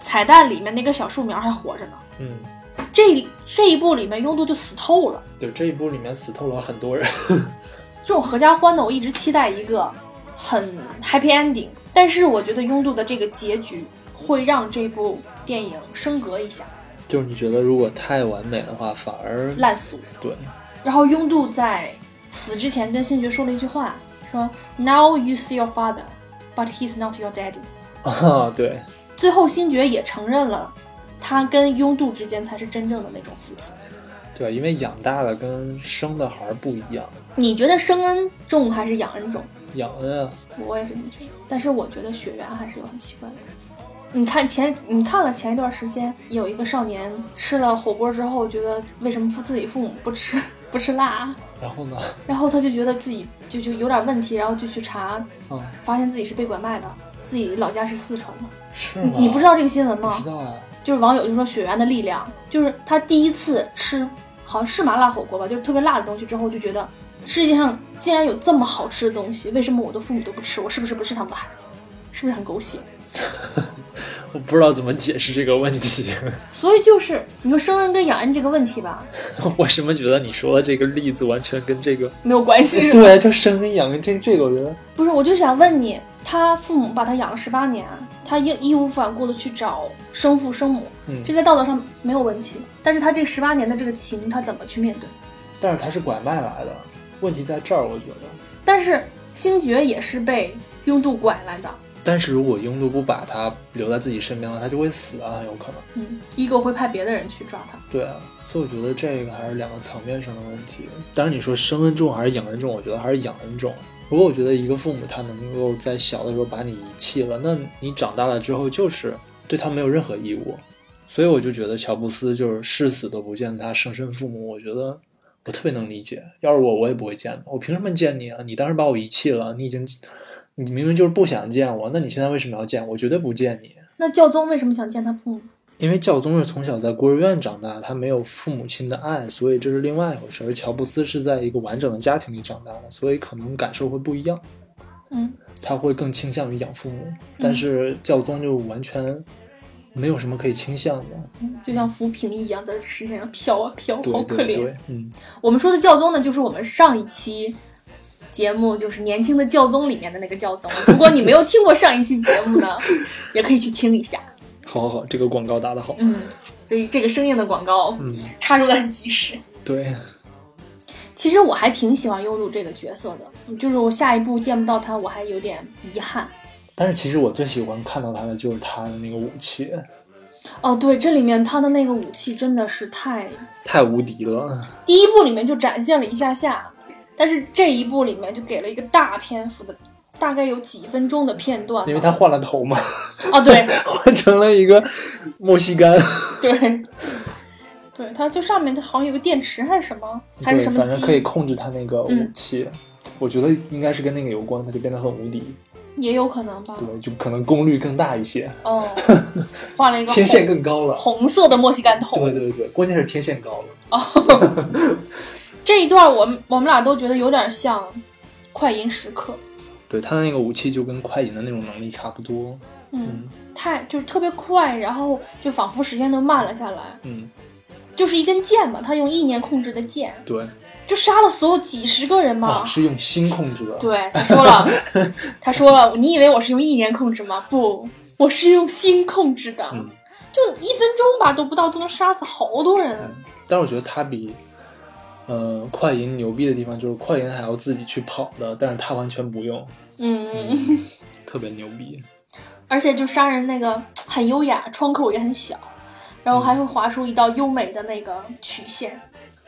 B: 彩蛋里面那个小树苗还活着呢。
A: 嗯，
B: 这这一部里面拥度就死透了，
A: 对这一部里面死透了很多人，
B: 这种合家欢呢，我一直期待一个很 happy ending，但是我觉得拥度的这个结局会让这部电影升格一下，
A: 就是你觉得如果太完美的话，反而
B: 烂俗。
A: 对，
B: 然后拥度在死之前跟星爵说了一句话，说 Now you see your father, but he's not your daddy。
A: 啊对，
B: 最后星爵也承认了，他跟拥度之间才是真正的那种父子。
A: 对，因为养大的跟生的孩儿不一样，
B: 你觉得生恩重还是养恩重？
A: 养恩啊，
B: 我也是这么觉得，但是我觉得血缘还是有很奇怪的。你看前，你看了前一段时间，有一个少年吃了火锅之后，觉得为什么父自己父母不吃不吃辣，啊
A: 然后呢，
B: 然后他就觉得自己就就有点问题，然后就去查
A: 啊
B: 发现自己是被拐卖的，自己老家是四川的。
A: 是
B: 你
A: 吗？
B: 你不知道这个新闻
A: 嗯不知
B: 吗？
A: 道啊，
B: 就是网友就说血缘的力量，就是他第一次吃好像是麻辣火锅吧，就是特别辣的东西之后，就觉得世界上竟然有这么好吃的东西，为什么我的父母都不吃？我是不是不是他们的孩子？是不是很狗血？
A: 我不知道怎么解释这个问题。
B: 所以就是你说生恩跟养恩这个问题吧，
A: 为什么觉得你说的这个例子完全跟这个？
B: 没有关系是吧？
A: 对，啊就生跟养跟这这个，我觉得
B: 不是，我就想问你，他父母把他养了十八年，他义义无反顾的去找生父生母，
A: 嗯
B: 这在道德上没有问题。但是他这十八年的这个情，他怎么去面对？
A: 但是他是拐卖来的，问题在这儿，我觉得。
B: 但是星爵也是被拥渡拐来的，
A: 但是如果拥渡不把他留在自己身边了，他就会死啊，很有可能。
B: 嗯，一个会派别的人去抓他。
A: 对啊，所以我觉得这个还是两个层面上的问题。当然，你说生恩重还是养恩重，我觉得还是养恩重。如果我觉得一个父母他能够在小的时候把你遗弃了，那你长大了之后就是对他没有任何义务。所以我就觉得乔布斯就是誓死都不见他生身父母，我觉得我特别能理解。要是我，我也不会见的。我凭什么见你啊？你当时把我遗弃了，你已经，你明明就是不想见我，那你现在为什么要见我？我绝对不见你。
B: 那教宗为什么想见他父母？
A: 因为教宗是从小在孤儿院长大，他没有父母亲的爱，所以这是另外一回事。而乔布斯是在一个完整的家庭里长大的，所以可能感受会不一样。
B: 嗯，
A: 他会更倾向于养父母，但是教宗就完全没有什么可以倾向的。
B: 就像浮萍一样在视线上飘啊飘，
A: 对
B: 好可
A: 对
B: 怜。
A: 对，嗯，
B: 我们说的教宗呢，就是我们上一期节目就是《年轻的教宗》里面的那个教宗。如果你没有听过上一期节目呢， 也可以去听一下。
A: 好好好，这个广告打得好。
B: 嗯，所以这个生硬的广告
A: 嗯，
B: 插入的很及时。
A: 对，
B: 其实我还挺喜欢优鲁这个角色的，就是我下一步见不到他，我还有点遗憾。
A: 但是其实我最喜欢看到他的就是他的那个武器，
B: 哦，对，这里面他的那个武器真的是太……
A: 太无敌了。
B: 第一部里面就展现了一下下，但是这一部里面就给了一个大篇幅的，大概有几分钟的片段吧。
A: 因为他换了头嘛，
B: 哦，对，
A: 换成了一个墨西干。
B: 对， 对，它就上面它好像有个电池还是什么，还是
A: 对，
B: 什么
A: 反正可以
B: 机，嗯
A: 控制他那个武器。我觉得应该是跟那个有关，他就变得很无敌，
B: 也有可能吧。
A: 对，就可能功率更大一些，
B: 哦，画了一 个
A: 天线
B: 红
A: 更高了。
B: 红色的墨西干头。
A: 对对对，关键是天线高了。
B: 这一段我们我们俩都觉得有点像快银时刻，
A: 对他的那个武器就跟快银的那种能力差不多。
B: 嗯，
A: 嗯
B: 太就是特别快，然后就仿佛时间都慢了下来，
A: 嗯，
B: 就是一根剑嘛，他用意念控制的剑，
A: 对，
B: 就杀了所有几十个人嘛。
A: 啊，是用心控制的。
B: 对，他 说了，他说了，你以为我是用意念控制吗？不，我是用心控制的。
A: 嗯
B: 就一分钟吧，都不到，都能杀死好多人。
A: 但是我觉得他比呃快银牛逼的地方就是快银还要自己去跑的，但是他完全不用，
B: 嗯，
A: 特别牛逼。
B: 而且就杀人那个很优雅，窗口也很小，然后还会划出一道优美的那个曲线。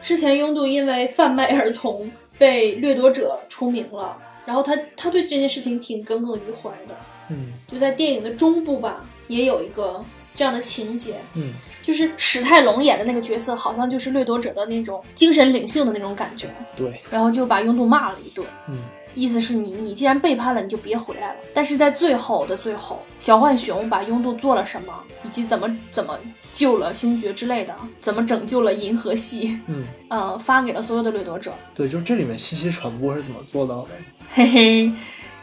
B: 之前拥渡因为贩卖儿童被掠夺者出名了，然后他他对这件事情挺耿耿于怀的。
A: 嗯
B: 就在电影的中部吧，也有一个这样的情节，
A: 嗯，
B: 就是史泰龙演的那个角色，好像就是掠夺者的那种精神领袖的那种感觉，
A: 对，
B: 然后就把拥渡骂了一顿。
A: 嗯
B: 意思是你，你既然背叛了，你就别回来了。但是在最后的最后，小浣熊把拥渡做了什么，以及怎么怎么救了星爵之类的，怎么拯救了银河系，
A: 嗯，
B: 呃，发给了所有的掠夺者。
A: 对，就是这里面信息传播是怎么做到的？
B: 嘿嘿，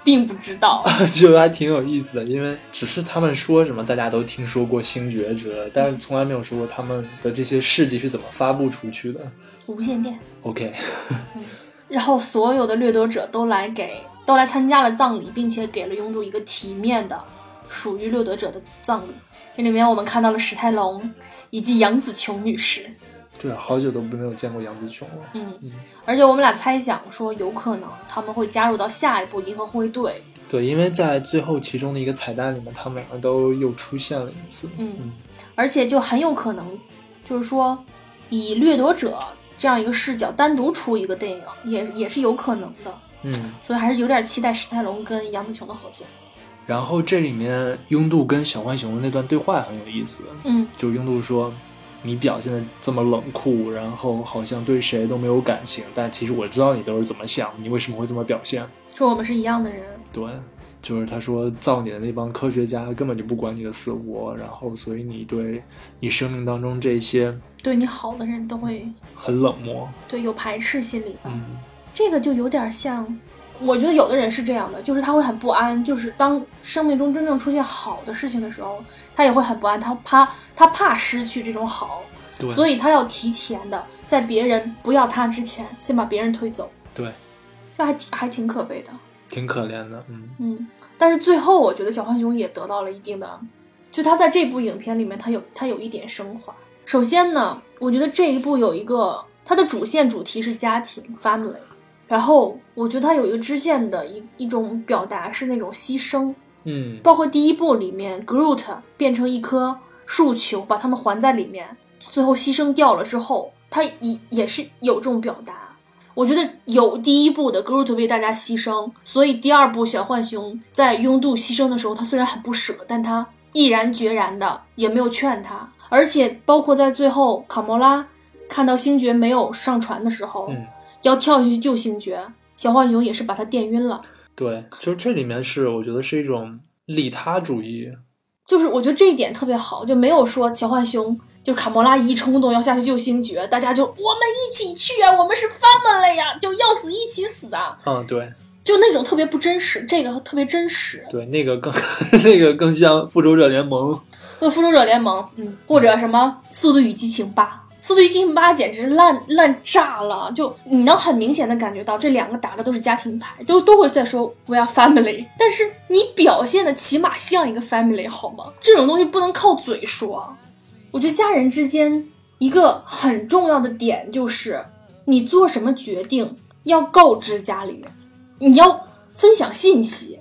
B: 并不知道。
A: 就还挺有意思的，因为只是他们说什么，大家都听说过星爵之类的，但是从来没有说过他们的这些事迹是怎么发布出去的。
B: 无线电，
A: OK，
B: 然后所有的掠夺者都来给都来参加了葬礼，并且给了拥渡一个体面的属于掠夺者的葬礼。这里面我们看到了史泰龙以及杨紫琼女士，
A: 对，啊好久都没有见过杨紫琼了。
B: 嗯
A: 嗯，
B: 而且我们俩猜想说，有可能他们会加入到下一部银河护卫队。
A: 对，因为在最后其中的一个彩蛋里面，他们两个都又出现了一次。
B: 嗯
A: 嗯
B: 而且就很有可能，就是说以掠夺者这样一个视角单独出一个电影，也也是有可能的。
A: 嗯，
B: 所以还是有点期待史泰龙跟杨紫琼的合作。
A: 然后这里面拥渡跟小浣熊的那段对话很有意思，
B: 嗯，
A: 就是拥渡说。你表现的这么冷酷，然后好像对谁都没有感情，但其实我知道你都是怎么想，你为什么会这么表现？
B: 说我们是一样的人。
A: 对，就是他说造你的那帮科学家根本就不管你的死活，然后所以你对你生命当中这些
B: 对你好的人都会
A: 很冷漠，
B: 对有排斥心理吧。
A: 嗯，
B: 这个就有点像，我觉得有的人是这样的，就是他会很不安，就是当生命中真正出现好的事情的时候，他也会很不安，他怕他怕失去这种好，
A: 对，
B: 所
A: 以
B: 以他要提前的在别人不要他之前，先把别人推走，
A: 对，
B: 这还挺还挺可悲的。
A: 挺可怜的，嗯，
B: 嗯，但是最后我觉得小浣熊也得到了一定的，就他在这部影片里面，他有他有一点升华。首先呢，我觉得这一部有一个它的主线主题是家庭 family，然后我觉得它有一个支线的一一种表达是那种牺牲，
A: 嗯，
B: 包括第一部里面 Groot 变成一颗树球，把他们环在里面，最后牺牲掉了之后，他也也是有这种表达。我觉得有第一部的 Groot 为大家牺牲，所以第二部小浣熊在拥杜牺牲的时候，他虽然很不舍，但他毅然决然的也没有劝他，而且包括在最后卡魔拉看到星爵没有上船的时候，
A: 嗯
B: 要跳下去救星爵，小浣熊也是把他电晕了。
A: 对，就是这里面是我觉得是一种利他主义，
B: 就是我觉得这一点特别好，就没有说小浣熊就卡莫拉一冲动要下去救星爵，大家就我们一起去啊，我们是 family 呀、就要死一起死啊，
A: 嗯，对
B: 就那种特别不真实，这个特别真实。
A: 对，那个更 那个更像复仇者联盟，
B: 就复仇者联盟，嗯，或者什么《速度与激情八》，《速度与激情八》简直烂烂炸了，就你能很明显的感觉到这两个打的都是家庭牌，都都会在说 we are family，但是你表现的起码像一个 family 好吗？这种东西不能靠嘴说。啊我觉得家人之间一个很重要的点就是，你做什么决定要告知家里人，你要分享信息，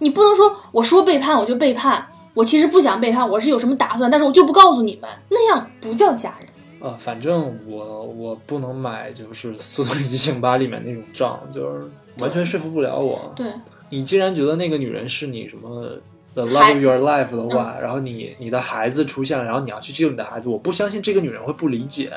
B: 你不能说我说背叛我就背叛，我其实不想背叛，我是有什么打算，但是我就不告诉你们，那样不叫家人。
A: 啊，反正我我不能买，就是《速度与激情八》里面那种账，就是完全说服不了我。
B: 对，
A: 你既然觉得那个女人是你什么 the
B: 孩
A: love of your life 的话，然后你你的孩子出现了，然后你要去救你的孩子，我不相信这个女人会不理解。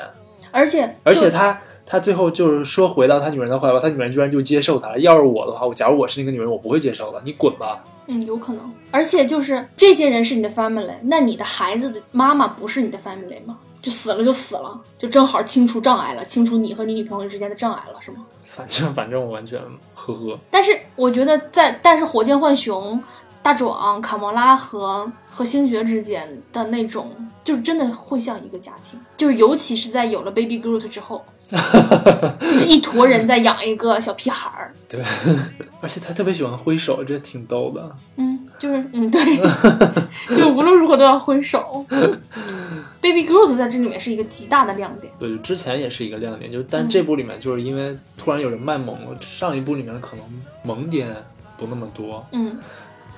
B: 而且
A: 而且
B: 就
A: 她她最后就是说回到她女人的怀抱，她女人居然就接受她了。要是我的话，我假如我是那个女人，我不会接受的，你滚吧。
B: 嗯，有可能。而且就是这些人是你的 family，那你的孩子的妈妈不是你的 family 吗？就死了就死了，就正好清除障碍了，清除你和你女朋友之间的障碍了，是吗？
A: 反正 反正我完全呵呵，
B: 但是我觉得在，但是火箭浣熊、大壮、卡莫拉和和星爵之间的那种，就是真的会像一个家庭，就是尤其是在有了 Baby Groot 之后，就是一坨人在养一个小屁孩儿，
A: 对，而且她特别喜欢挥手，这挺逗的。
B: 嗯，就是嗯对，就无论如何都要挥手。Baby Groot 在这里面是一个极大的亮点，
A: 对，就之前也是一个亮点，就是但这部里面就是因为突然有人卖萌了，上一部里面可能萌点不那么多，
B: 嗯，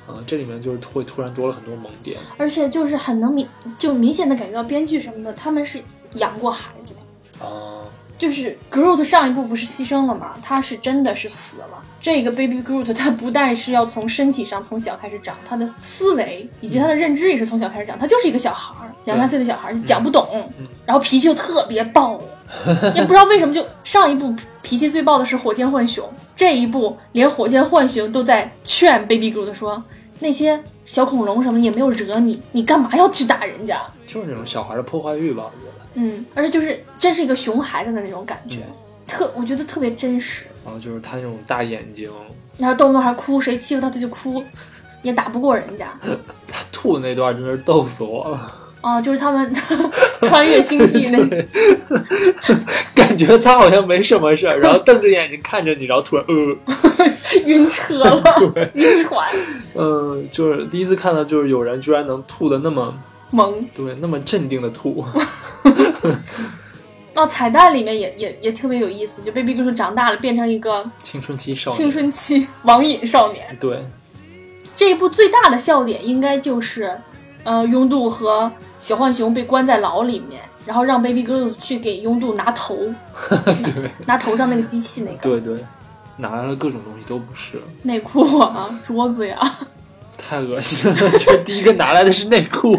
A: 嗯、这里面就是会突然多了很多萌点，
B: 而且就是很能明，就明显的感觉到编剧什么的，他们是养过孩子的。
A: 啊、
B: 就是 Groot 上一部不是牺牲了吗？他是真的是死了。这个 Baby Groot 他不但是要从身体上从小开始长，他的思维以及他的认知也是从小开始长。他就是一个小孩儿，两三岁的小孩儿，讲不懂，然后脾气又特别暴，也不知道为什么就上一部脾气最暴的是火箭浣熊，这一部连火箭浣熊都在劝 Baby Groot 说那些小恐龙什么也没有惹你，你干嘛要去打人家？
A: 就是那种小孩的破坏欲吧，我觉得。
B: 嗯，而且就是真是一个熊孩子的那种感觉，
A: 嗯
B: 特我觉得特别真实。
A: 然后就是他那种大眼睛，
B: 然后动不动还哭，谁欺负他他就哭，也打不过人家。
A: 他吐那段真是逗死我了，
B: 啊，就是他们 穿越星际那，
A: 感觉他好像没什么事儿，然后瞪着眼睛看着你，然后突然呃。
B: 晕车了，晕船
A: 呃，就是第一次看到，就是有人居然能吐的那么
B: 萌。
A: 对，那么镇定的吐，
B: 哦，彩蛋里面也也也特别有意思，就 Baby Groot 长大了，变成一个
A: 青春期少年，
B: 青春期网瘾少年。
A: 对，
B: 这一部最大的笑点应该就是，呃，拥杜和小浣熊被关在牢里面，然后让 Baby Groot 去给拥杜拿头，
A: 对
B: 拿头上那个机器那个
A: 对对，拿来了各种东西都不是，
B: 内裤啊、桌子呀、
A: 太恶心了！ 就第一个拿来的是内裤，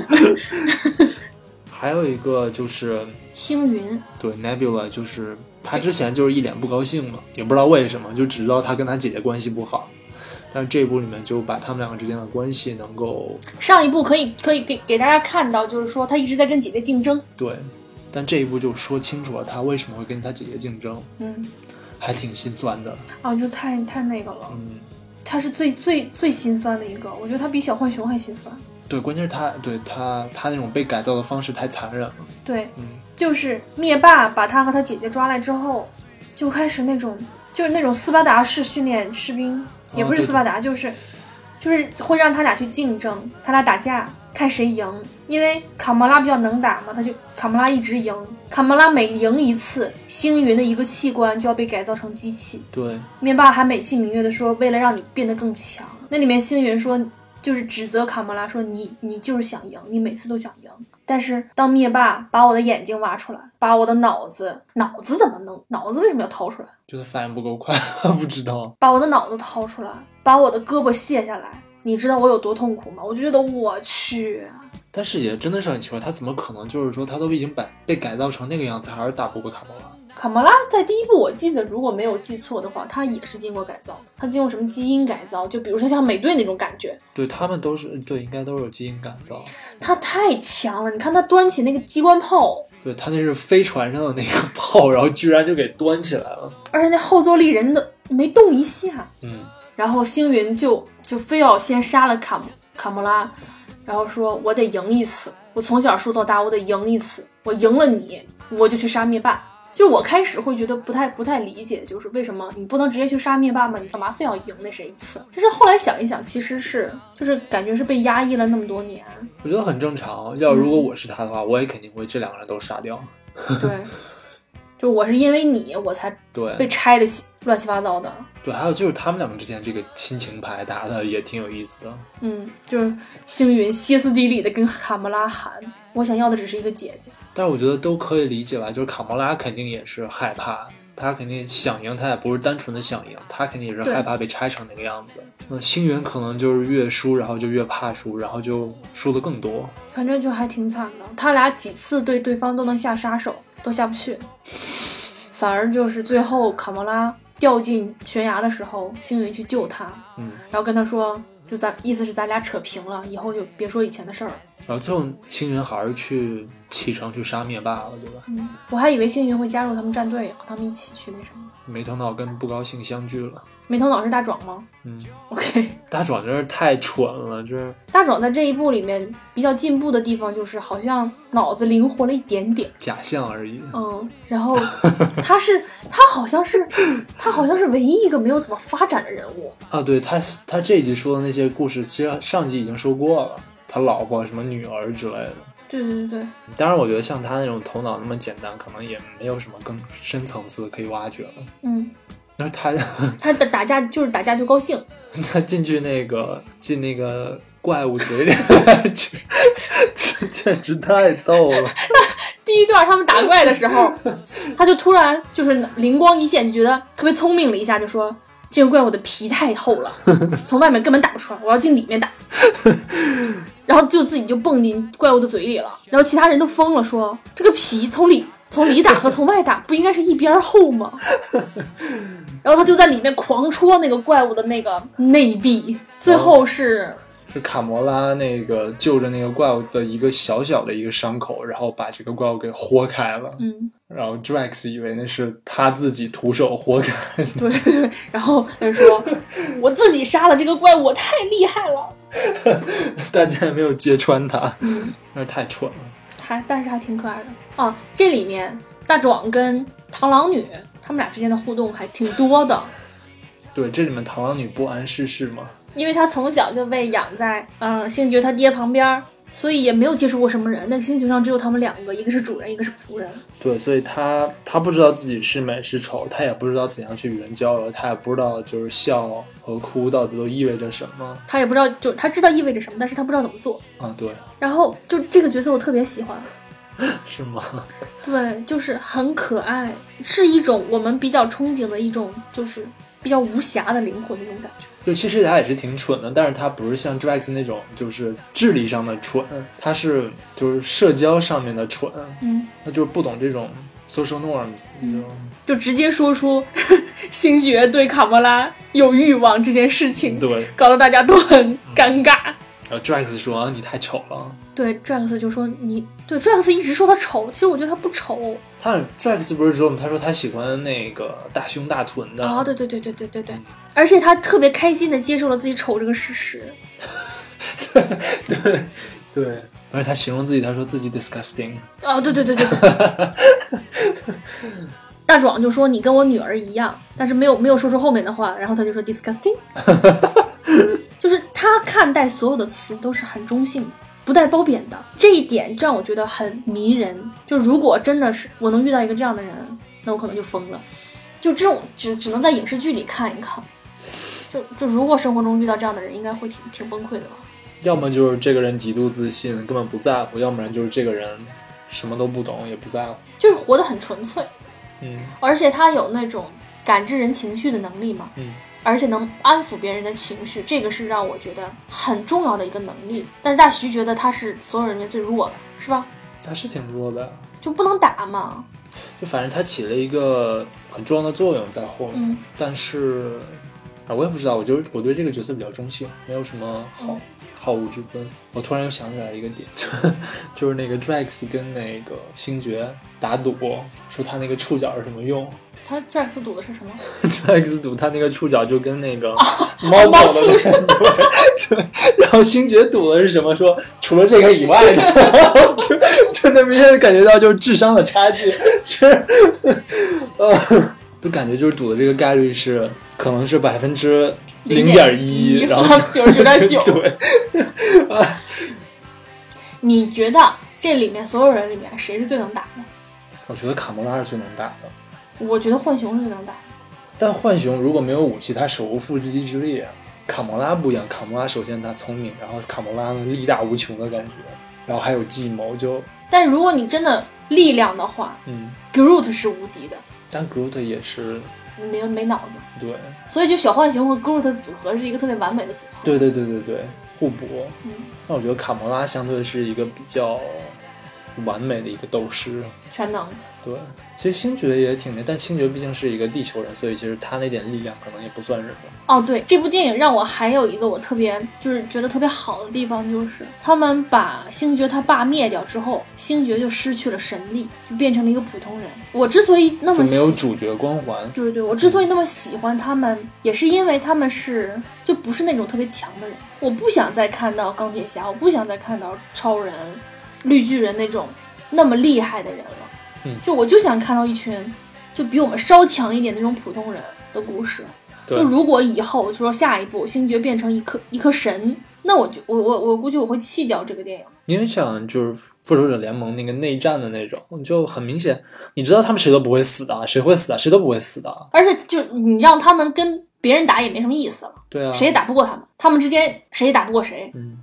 A: 还有一个就是
B: 星云，
A: 对 Nebula，就是他之前就是一脸不高兴嘛，也不知道为什么，就只知道他跟他姐姐关系不好。但是这一部里面就把他们两个之间的关系能够
C: 上一部可以可以给给大家看到，就是说他一直在跟姐姐竞争。
A: 对，但这一部就说清楚了他为什么会跟他姐姐竞争，
C: 嗯，
A: 还挺心酸的。
B: 啊，就太太那个了，
A: 嗯，
B: 他是最最最心酸的一个，我觉得他比小浣熊还心酸。
A: 对，关键是他对他他那种被改造的方式太残忍了。
B: 对，
A: 嗯，
B: 就是灭霸把他和他姐姐抓来之后，就开始那种就是那种斯巴达式训练士兵，也不是
A: 对
B: 斯巴达，就是就是会让他俩去竞争，他俩打架看谁赢，因为卡魔拉比较能打嘛，他就卡魔拉一直赢，卡魔拉每赢一次，星云的一个器官就要被改造成机器。
A: 对，
B: 灭霸还美其名曰的说，为了让你变得更强。那里面星云说，就是指责卡魔拉说你你就是想赢，你每次都想赢。但是当灭霸把我的眼睛挖出来，把我的脑子，脑子怎么能？脑子为什么要掏出来？
A: 就他反应不够快， 不知道。
B: 把我的脑子掏出来，把我的胳膊卸下来，你知道我有多痛苦吗？我就觉得我去，
A: 但是也真的是很奇怪，他怎么可能就是说他都已经把被改造成那个样子，还是打不过卡魔拉？
B: 卡魔拉在第一部，我记得如果没有记错的话，她也是经过改造的，她经过什么基因改造？就比如说像美队那种感觉，
A: 对他们都是对，应该都是有基因改造。
B: 她太强了。你看她端起那个机关炮，
A: 对他那是飞船上的那个 炮，然后居然就给端起来了。
B: 而且那后坐力人的没动一下，
A: 嗯，
B: 然后星云就就非要先杀了卡卡莫拉，然后说我得赢一次，我从小受到大，我得赢一次，我赢了你，我就去杀灭霸。就我开始会觉得不太不太理解，就是为什么你不能直接去杀灭霸吗？你干嘛非要赢那谁一次？但是后来想一想，其实是就是感觉是被压抑了那么多年，
A: 我觉得很正常。要如果我是他的话，我也肯定会这两个人都杀掉。
B: 对，就我是因为你我才被
A: 对
B: 拆的乱七八糟的，
A: 对，还有就是他们两个之间这个亲情牌打的也挺有意思的。
B: 嗯，就是星云歇斯底里的跟卡魔拉喊：“我想要的只是一个姐姐。
A: 但是我觉得都可以理解吧，就是卡魔拉肯定也是害怕，他肯定想赢，他也不是单纯的想赢，他肯定也是
B: 对
A: 害怕被拆成那个样子。那星云可能就是越输，然后就越怕输，然后就输的更多。”
B: 反正就还挺惨的，他俩几次对对方都能下杀手，都下不去，反而就是最后卡魔拉掉进悬崖的时候，星云去救他，
A: 嗯，
B: 然后跟他说：“就咱意思是咱俩扯平了，以后就别说以前的事儿了。
A: 然后最后星云还是去启程去杀灭霸了，对吧？”
B: 嗯，我还以为星云会加入他们战队，和他们一起去那什么。
A: 没头脑跟不高兴相聚了。
B: 没头脑是大壮吗
A: 嗯，
B: ？OK。
A: 大壮真是太蠢了，就是
B: 大壮在这一部里面比较进步的地方，就是好像脑子灵活了一点点。
A: 假象而已。
B: 嗯，然后他是他好像是他好像是唯一一个没有怎么发展的人物。
A: 啊，对他他这一集说的那些故事，其实上集已经说过了，他老婆什么女儿之类的。
B: 对对对对，
A: 当然，我觉得像他那种头脑那么简单，可能也没有什么更深层次可以挖掘了。
B: 嗯，
A: 但是他
B: 他打打架就是打架就高兴，
A: 他进去那个进那个怪物嘴里 去，这简直太逗了。
B: 第一段他们打怪的时候，他就突然就是灵光一现，就觉得特别聪明了一下，就说这个怪物的皮太厚了，从外面根本打不出来，我要进里面打。然后就自己就蹦进怪物的嘴里了，然后其他人都疯了说，这个皮从里从里打和从外打不应该是一边儿厚吗？然后他就在里面狂戳那个怪物的那个内壁，最后是
A: 是卡魔拉那个就着那个怪物的一个小小的一个伤口，然后把这个怪物给豁开了。
B: 嗯
A: 然后 Drax 以为那是他自己徒手活 该，
B: 对， 然后他就说我自己杀了这个怪物，我太厉害了。
A: 大家也没有揭穿他， 那是太蠢了。
B: 还但是还挺可爱的啊。这里面大壮跟螳螂女他们俩之间的互动还挺多的，
A: 对，这里面螳螂女不谙世事嘛，
B: 因为她从小就被养在嗯星爵他爹旁边儿，所以也没有接触过什么人。那个星球上只有他们两个，一个是主人，一个是仆人。
A: 对，所以她她不知道自己是美是丑，她也不知道怎样去与人交流，她也不知道就是笑和哭到底都意味着什么
B: 他也不知道，就他知道意味着什么，但是他不知道怎么做。
A: 啊？对，
B: 然后就这个角色我特别喜欢，
A: 是吗？
B: 对，就是很可爱，是一种我们比较憧憬的一种，就是比较无瑕的灵魂那种感觉。
A: 就其实她也是挺蠢的，但是她不是像 Drax 那种就是智力上的蠢，她是就是社交上面的蠢，
B: 嗯，
A: 她就是不懂这种 social norms，你知道吗？
C: 就直接说出星爵对卡魔拉有欲望这件事情，
A: 对，
C: 搞得大家都很尴尬。
A: 然后 Drax 说啊，你太丑了。
B: 对，Drax 就说你对 Drax 一直说他丑，其实我觉得他不丑。
A: 他 Drax 不是说吗？他说他喜欢那个大胸大臀的。
B: 啊，对对对对对对对，而且他特别开心的接受了自己丑这个事实。
A: 对对，而且他形容自己，他说自己 disgusting。
B: 啊，对对对对对。大壮就说你跟我女儿一样，但是没有没有说出后面的话，然后他就说 disgusting，就是他看待所有的词都是很中性的，不带褒贬的，这一点让我觉得很迷人。就如果真的是我能遇到一个这样的人，那我可能就疯了。就这种只只能在影视剧里看一看，就就如果生活中遇到这样的人，应该会挺挺崩溃的吧。
A: 要么就是这个人极度自信，根本不在乎；要不然就是这个人什么都不懂，也不在乎。
B: 就是活得很纯粹，
A: 嗯
B: 而且他有那种感知人情绪的能力嘛，
A: 嗯，
B: 而且能安抚别人的情绪，这个是让我觉得很重要的一个能力。但是大徐觉得他是所有人里面最弱的，是吧？
A: 他是挺弱的，
B: 就不能打嘛，
A: 就反正他起了一个很重要的作用在后面。
B: 嗯
A: 但是啊，我也不知道，我就是我对这个角色比较中性，没有什么好、
B: 嗯
A: 好恶之分。我突然又想起来一个点， 就就是那个 Drax 跟那个星爵打赌，说他那个触角是什么用。
B: 他 Drax 赌的是什么？
A: Drax 赌他那个触角就跟那个哦猫
B: 猫
A: 狗的那个 对，对。然后星爵赌的是什么？说除了这个以外的， 就就能明显的感觉到就是智商的差距， 这，呃，就感觉就是赌的这个概率是可能是百分之零点一，然后
B: 九十九点 九。
A: 对，
B: 你觉得这里面所有人里面谁是最能打的？
A: 我觉得卡魔拉是最能打的，
B: 我觉得浣熊是最能打的。
A: 但浣熊如果没有武器，它手无缚鸡之力。卡魔拉不一样，卡魔拉首先它聪明，然后卡魔拉呢力大无穷的感觉，然后还有计谋，就
B: 但如果你真的力量的话
A: 嗯，
B: ，Groot 是无敌的，
A: 但 Groot 也是
B: 没有没脑子。
A: 对，
B: 所以就小浣熊和 Groot 的组合是一个特别完美的组合。
A: 对对对对对，互补。啊
B: 嗯，
A: 那我觉得卡魔拉相对是一个比较完美的一个斗士，
B: 全能。
A: 对。其实星爵也挺那，但星爵毕竟是一个地球人，所以其实他那点力量可能也不算什么。
B: 哦，对，这部电影让我还有一个我特别就是觉得特别好的地方，就是他们把星爵他爸灭掉之后，星爵就失去了神力，就变成了一个普通人。我之所以那
A: 就
B: 么
A: 没有
B: 喜，
A: 主角光环，
B: 对对，我之所以那么喜欢他们，也是因为他们是就不是那种特别强的人。我不想再看到钢铁侠，我不想再看到超人、绿巨人那种那么厉害的人了。
A: 嗯
B: 就我就想看到一群就比我们稍强一点的那种普通人的故事。
A: 对
B: 就，如果以后就说下一步星爵变成一颗一颗神，那我就我我我估计我会弃掉这个电影。
A: 因为像就是复仇者联盟那个内战的那种，就很明显，你知道他们谁都不会死的，谁会死啊？谁都不会死的，
B: 而且就你让他们跟别人打也没什么意思了，
A: 对啊。
B: 谁也打不过他们，他们之间谁也打不过谁。
A: 嗯，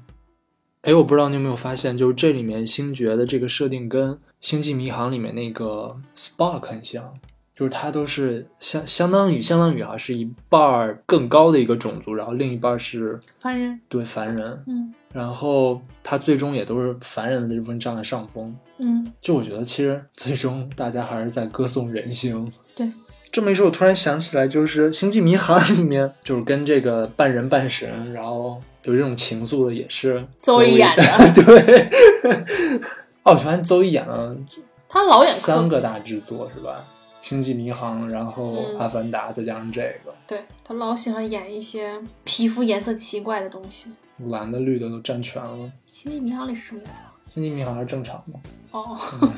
A: 哎，我不知道你有没有发现，就是这里面星爵的这个设定跟《星际迷航》里面那个 Spock 很像，就是它都是相相当于相当于哈、啊是一半儿更高的一个种族，然后另一半儿是
B: 反正
A: 对凡人，
B: 嗯
A: 然后他最终也都是凡人的这部分占了上风。
B: 嗯，
A: 就我觉得，其实最终大家还是在歌颂人性。
B: 对，
A: 这么一说，我突然想起来，就是《星际迷航》里面，就是跟这个半人半神，然后有这种情愫的，也是
C: 周一
A: 一
C: 演 的，
A: 对，哦，我发现邹一演了
C: 他老演
A: 三
C: 科，
A: 个大制作是吧？《星际迷航》，然后
B: 嗯
A: 《阿凡达》，再加上这个，
B: 对他老喜欢演一些皮肤颜色奇怪的东西。
A: 蓝的绿的都占全了。
B: 星际迷航里是什么颜色？
A: 《星际迷航》是正常的，
B: 哦，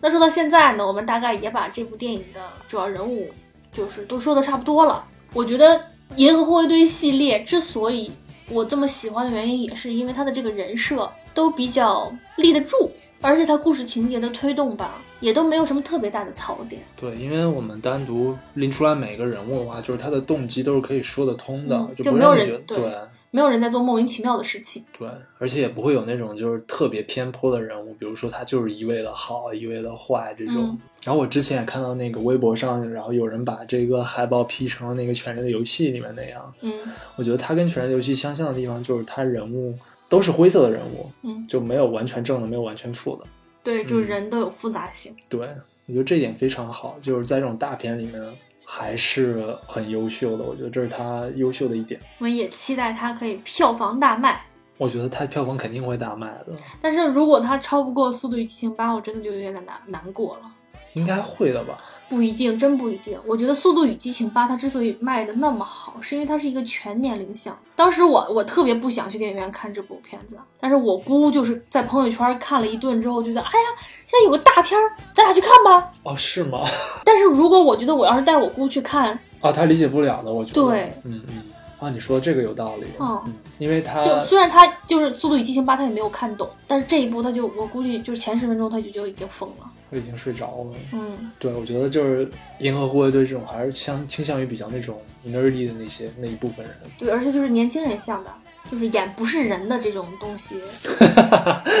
B: 那说到现在呢，我们大概也把这部电影的主要人物就是都说的差不多了。我觉得《银河护卫队》系列之所以我这么喜欢的原因，也是因为它的这个人设都比较立得住，而且它故事情节的推动吧，也都没有什么特别大的槽点。
A: 对，因为我们单独拎出来每个人物的话，就是他的动机都是可以说得通的，
B: 嗯
A: 不
B: 就
A: 会
B: 没有
A: 让你
B: 人
A: 觉得
B: 对没有人在做莫名其妙的事情。
A: 对，而且也不会有那种就是特别偏颇的人物，比如说他就是一味的好，一味的坏这种。
B: 嗯
A: 然后我之前也看到那个微博上，然后有人把这个海报 P 成了那个《权力的游戏》里面那样。
B: 嗯
A: 我觉得他跟《权力的游戏》相像的地方就是他人物都是灰色的人物，
B: 嗯，
A: 就没有完全正的，没有完全负的。
B: 对，就是
A: 嗯
B: 人都有复杂性。
A: 对，我觉得这点非常好，就是在这种大片里面还是很优秀的。我觉得这是他优秀的一点。
B: 我们也期待它可以票房大卖。
A: 我觉得他票房肯定会大卖的，
B: 但是如果它超不过《速度与激情八》，我真的就有点难难过了。
A: 应该会的吧？
B: 不一定，真不一定。我觉得《速度与激情八》它之所以卖的那么好，是因为它是一个全年龄向。当时我我特别不想去电影院看这部片子，但是我姑就是在朋友圈看了一顿之后，觉得哎呀，现在有个大片儿，咱俩去看吧。
A: 哦，是吗？
B: 但是如果我觉得我要是带我姑去看，
A: 啊，他理解不了的，我觉得。
B: 对，
A: 嗯嗯。啊，你说这个有道理。
B: 嗯
A: 嗯，因为他
B: 就虽然她就是《速度与激情八》，她也没有看懂，但是这一部她就我估计就是前十分钟她就就已经疯了。
A: 我已经睡着了。
B: 嗯，
A: 对，我觉得就是银河护卫队这种还是相倾向于比较那种 nerdy 的那些那一部分人。
B: 对，而且就是年轻人向的。就是演不是人的这种东 西，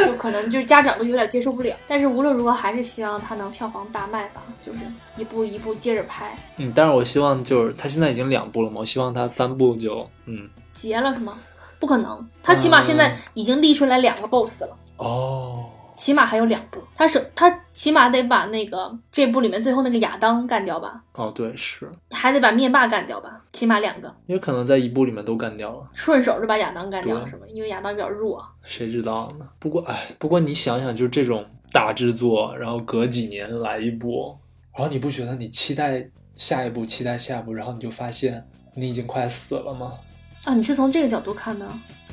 B: 就可能就是家长都有点接受不了。但是无论如何，还是希望它能票房大卖吧。就是一步一步接着拍，
A: 嗯，但是我希望就是他现在已经两部了嘛，我希望他三部就嗯
B: 结了是吗？不可能，他起码现在
A: 嗯
B: 已经立出来两个 BOSS 了，
A: 哦
B: 起码还有两部。他是他起码得把那个这部里面最后那个亚当干掉吧，
A: 哦对是，
B: 还得把灭霸干掉吧，起码两个。
A: 也可能在一部里面都干掉了，
B: 顺手就把亚当干掉了
A: 对
B: 是吗？因为亚当比较弱。
A: 谁知道呢？不过哎，不过你想想，就是这种大制作，然后隔几年来一部，然后你不觉得你期待下一部，期待下一部，然后你就发现你已经快死了吗？
B: 啊，你是从这个角度看的？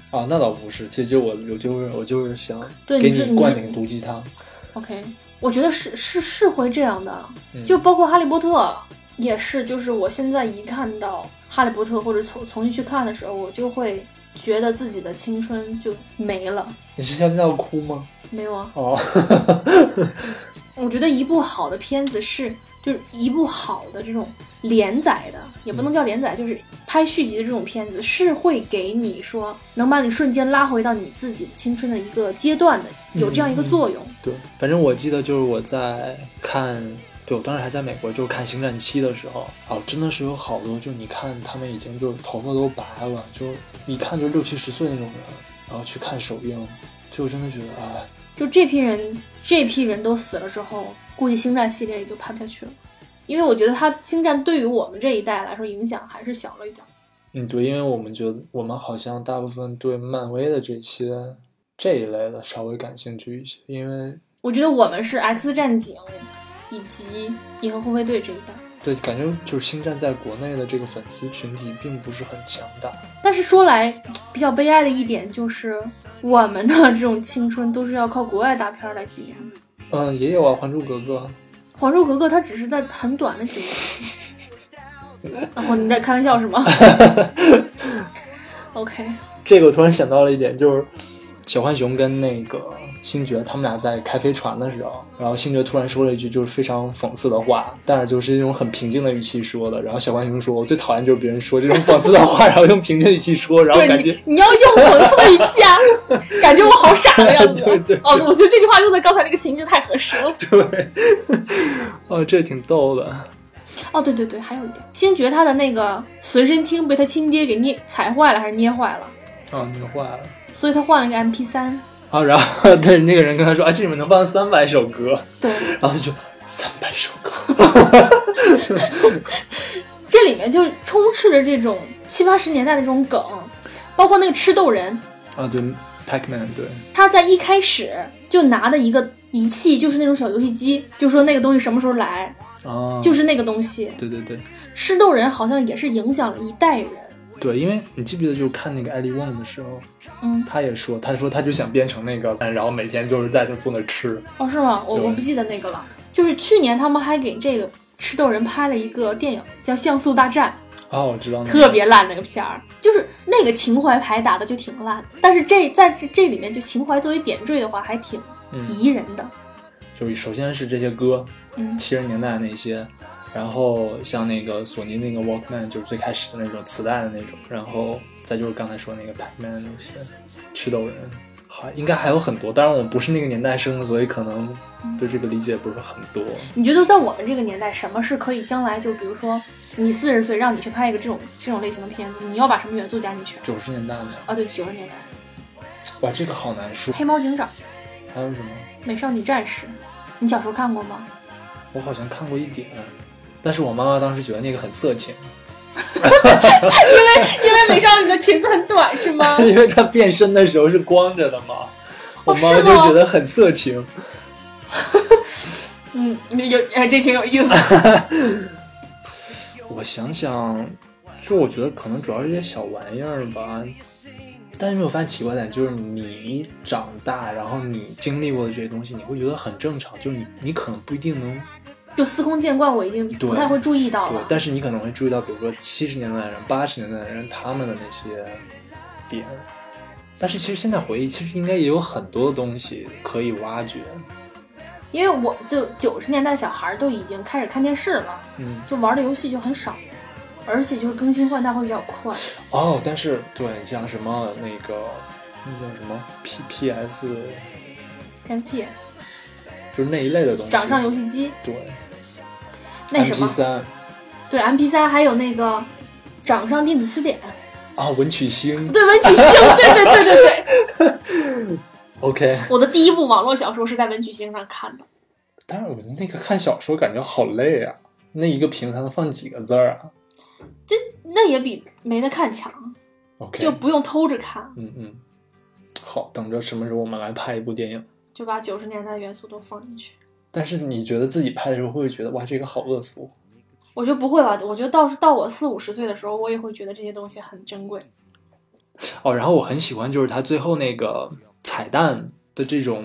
A: 啊，那倒不是，其实就我我就是我就是想
B: 对
A: 给
B: 你是
A: 你
B: 你
A: 灌
B: 是
A: 点毒鸡汤，
B: OK，我觉得是是是会这样的，
A: 嗯
B: 就包括《哈利波特》也是，就是我现在一看到《哈利波特》或者重重新去看的时候，我就会觉得自己的青春就没了。
A: 你是现在要哭吗？
B: 没有啊，
A: 哦，
B: 我觉得一部好的片子是就是一部好的这种连载的，也不能叫连载，就是拍续集的这种片子，是会给你说能把你瞬间拉回到你自己青春的一个阶段的，有这样一个
A: 嗯嗯
B: 作用。
A: 对，反正我记得就是我在看，对我当时还在美国，就是看《星战七》的时候，哦，真的是有好多，就你看他们已经就是头发都白了，就一看就六七十岁那种人，然后去看首映，就真的觉得哎，
B: 就这批人，这批人都死了之后，估计星战系列也就拍不下去了，因为我觉得它星战对于我们这一代来说影响还是小了一点。
A: 嗯，对，因为我们觉得我们好像大部分对漫威的这些这一类的稍微感兴趣一些，因为
B: 我觉得我们是 X 战警以及银河护卫队这一代，
A: 对，感觉就是《星战》在国内的这个粉丝群体并不是很强大。
B: 但是说来比较悲哀的一点就是，我们的这种青春都是要靠国外大片儿来纪念的。
A: 嗯，也有啊，《还珠格格》
B: 《还珠格格》它只是在很短的几年，然后你在开玩笑是吗？OK，
A: 这个我突然想到了一点，就是小浣熊跟那个星爵他们俩在开飞船的时候，然后星爵突然说了一句就是非常讽刺的话，但是就是那种很平静的语气说的。然后小浣熊说：“我最讨厌就是别人说这种讽刺的话，然 后用平静的语气说，然后
B: 对
A: 感觉
B: 你，你要用讽刺的语气啊，感觉我好傻的样 子。
A: 对对对
B: 哦，我觉得这句话用在刚才那个情境太合适了。
A: 对， 哦，这挺逗的。
B: 哦，对对对，还有一点，星爵他的那个随身听被他亲爹给捏踩坏了，还是捏坏了，
A: 啊，你坏了。”
B: 所以他换了个 MP 三。
A: 啊，然后对那个人跟他说：“啊，这里面能放三百首歌。
B: 对，”
A: 然后他就三百首歌。
B: 这里面就充斥着这种七八十年代的这种梗，包括那个吃豆人，
A: 啊，对，Pac-Man，对，
B: 他在一开始就拿的一个仪器，就是那种小游戏机，就说那个东西什么时候来，
A: 啊，
B: 就是那个东西。
A: 对对对。
B: 吃豆人好像也是影响了一代人。
A: 对，因为你记不记得，就是看那个艾利旺的时候，
B: 嗯，
A: 他也说，他说他就想变成那个，然后每天就是带他坐那吃。
B: 哦，是吗？我
A: 对
B: 我不记得那个了。就是去年他们还给这个吃豆人拍了一个电影，叫《像素大战
A: 哦，我知道》，那个
B: 特别烂那个片儿，就是那个情怀牌打的就挺烂，但是这在这这里面就情怀作为点缀的话，还挺
A: 嗯，
B: 宜人的。
A: 就是首先是这些歌，
B: 嗯
A: 七十年代那些，然后像那个索尼那个 Walkman，就是最开始的那种磁带的那种，然后再就是刚才说那个 Pac-Man 那些，吃豆人，还应该还有很多。当然我不是那个年代生的，所以可能
B: 嗯
A: 对这个理解不是很多。
B: 你觉得在我们这个年代，什么是可以将来就比如说你四十岁让你去拍一个这种这种类型的片子，你要把什么元素加进去？
A: 九十年代嘛，
B: 啊，对，九十年代，
A: 哇，这个好难说。
B: 《黑猫警长》
A: 还有什么？
B: 《美少女战士》，你小时候看过吗？
A: 我好像看过一点，但是我妈妈当时觉得那个很色情，
C: 因为美少女的裙子很短是吗？
A: 因为她变身的时候是光着的嘛，我妈妈
C: 哦是
A: 就
C: 吗
A: 觉得很色情。
C: 嗯，有哎，这挺有意思的。
A: 我想想，就我觉得可能主要是一些小玩意儿吧。但是我发现奇怪点，就是你长大，然后你经历过的这些东西，你会觉得很正常。就是你，你可能不一定能
B: 就司空见惯，我已经不
A: 对
B: 太会注意到
C: 哦
A: 对，
B: 了。
A: 但是你可能会注意到，比如说七十年代的人、八十年代的人他们的那些点。但是其实现在回忆，其实应该也有很多东西可以挖掘。
B: 因为我就九十年代小孩儿都已经开始看电视了，
A: 嗯，
B: 就玩的游戏就很少，而且就是更新换代会比较快。
A: 哦，但是对，像什么那个那叫什么 P P S，
B: PSP
A: 就是那一类的东西。
B: 掌上游戏机
A: 对
B: 那什
A: MP
B: 么，
A: 三
B: 对 MP 3还有那个掌上电子词典，
A: 啊，文曲星。
B: 对文曲星， 对对对对对。
A: OK，
B: 我的第一部网络小说是在文曲星上看的，
A: 但是我那个看小说感觉好累啊，那一个屏才能放几个字儿啊
B: 那也比没得看强，
A: ？OK，
B: 就不用偷着看，
A: 嗯嗯，好，等着什么时候我们来拍一部电影。
B: 就把九十年代的元素都放进去。
A: 但是你觉得自己拍的时候，会不会觉得哇，这个好恶俗？
B: 我觉得不会吧，我觉得到到我四五十岁的时候，我也会觉得这些东西很珍贵。
A: 哦，然后我很喜欢就是它最后那个彩蛋的这种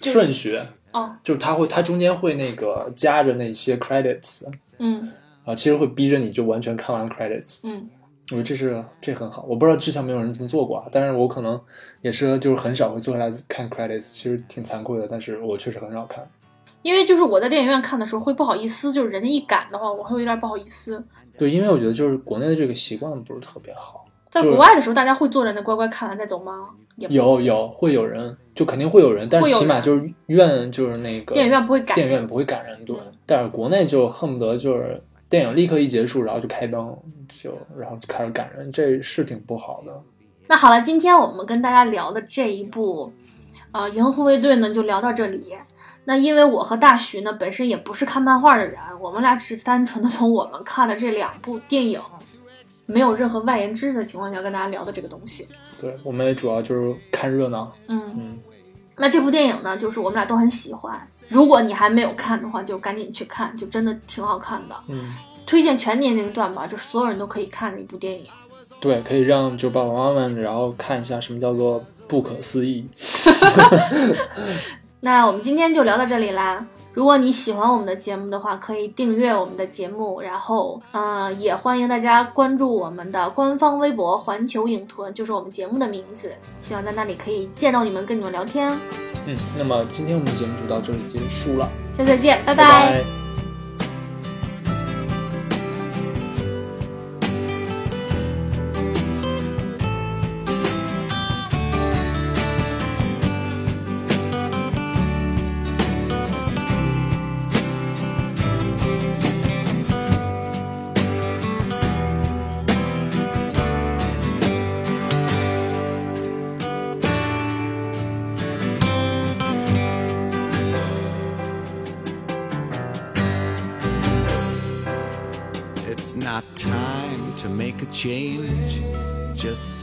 B: 就
A: 顺序，
B: 哦，
A: 就是它会它中间会那个夹着那些 credits
B: 嗯
A: 啊，其实会逼着你就完全看完 credits。
B: 嗯，
A: 我觉得这是这很好，我不知道之前有没有人这么做过啊，但是我可能也是就是很少会坐下来看 credits，其实挺惭愧的，但是我确实很少看。
B: 因为就是我在电影院看的时候会不好意思，就是人家一赶的话，我会有点不好意思。
A: 对，因为我觉得就是国内的这个习惯不是特别好。
B: 在
A: 就是
B: 国外的时候，大家会坐着那乖乖看完再走吗？也不
A: 有有会有人，就肯定会有人，但是
B: 会有
A: 起码
B: 人
A: 就是院就是那个
B: 电影院不会赶。
A: 电影院不会赶人，对。但是国内就恨不得就是电影立刻一结束，然后就开灯，就然后就开始赶人，这是挺不好的。
B: 那好了，今天我们跟大家聊的这一部，呃，《银河护卫队》呢，就聊到这里。那因为我和大徐呢，本身也不是看漫画的人，我们俩只是单纯的从我们看的这两部电影，没有任何外延知识的情况下，跟大家聊的这个东西。
A: 对，我们也主要就是看热闹。
B: 嗯，
A: 嗯，
B: 那这部电影呢，就是我们俩都很喜欢。如果你还没有看的话，就赶紧去看，就真的挺好看的，
A: 嗯，
B: 推荐全年龄段吧，就是所有人都可以看的一部电影。
A: 对，可以让就爸爸妈妈们然后看一下什么叫做不可思议。
B: 那我们今天就聊到这里啦。如果你喜欢我们的节目的话，可以订阅我们的节目，然后，呃，也欢迎大家关注我们的官方微博“环球影屯”，就是我们节目的名字。希望在那里可以见到你们，跟你们聊天。
A: 嗯，那么今天我们节目就到这里结束了，
B: 下次再见，拜
A: 拜拜
D: It's not time to make a change. Just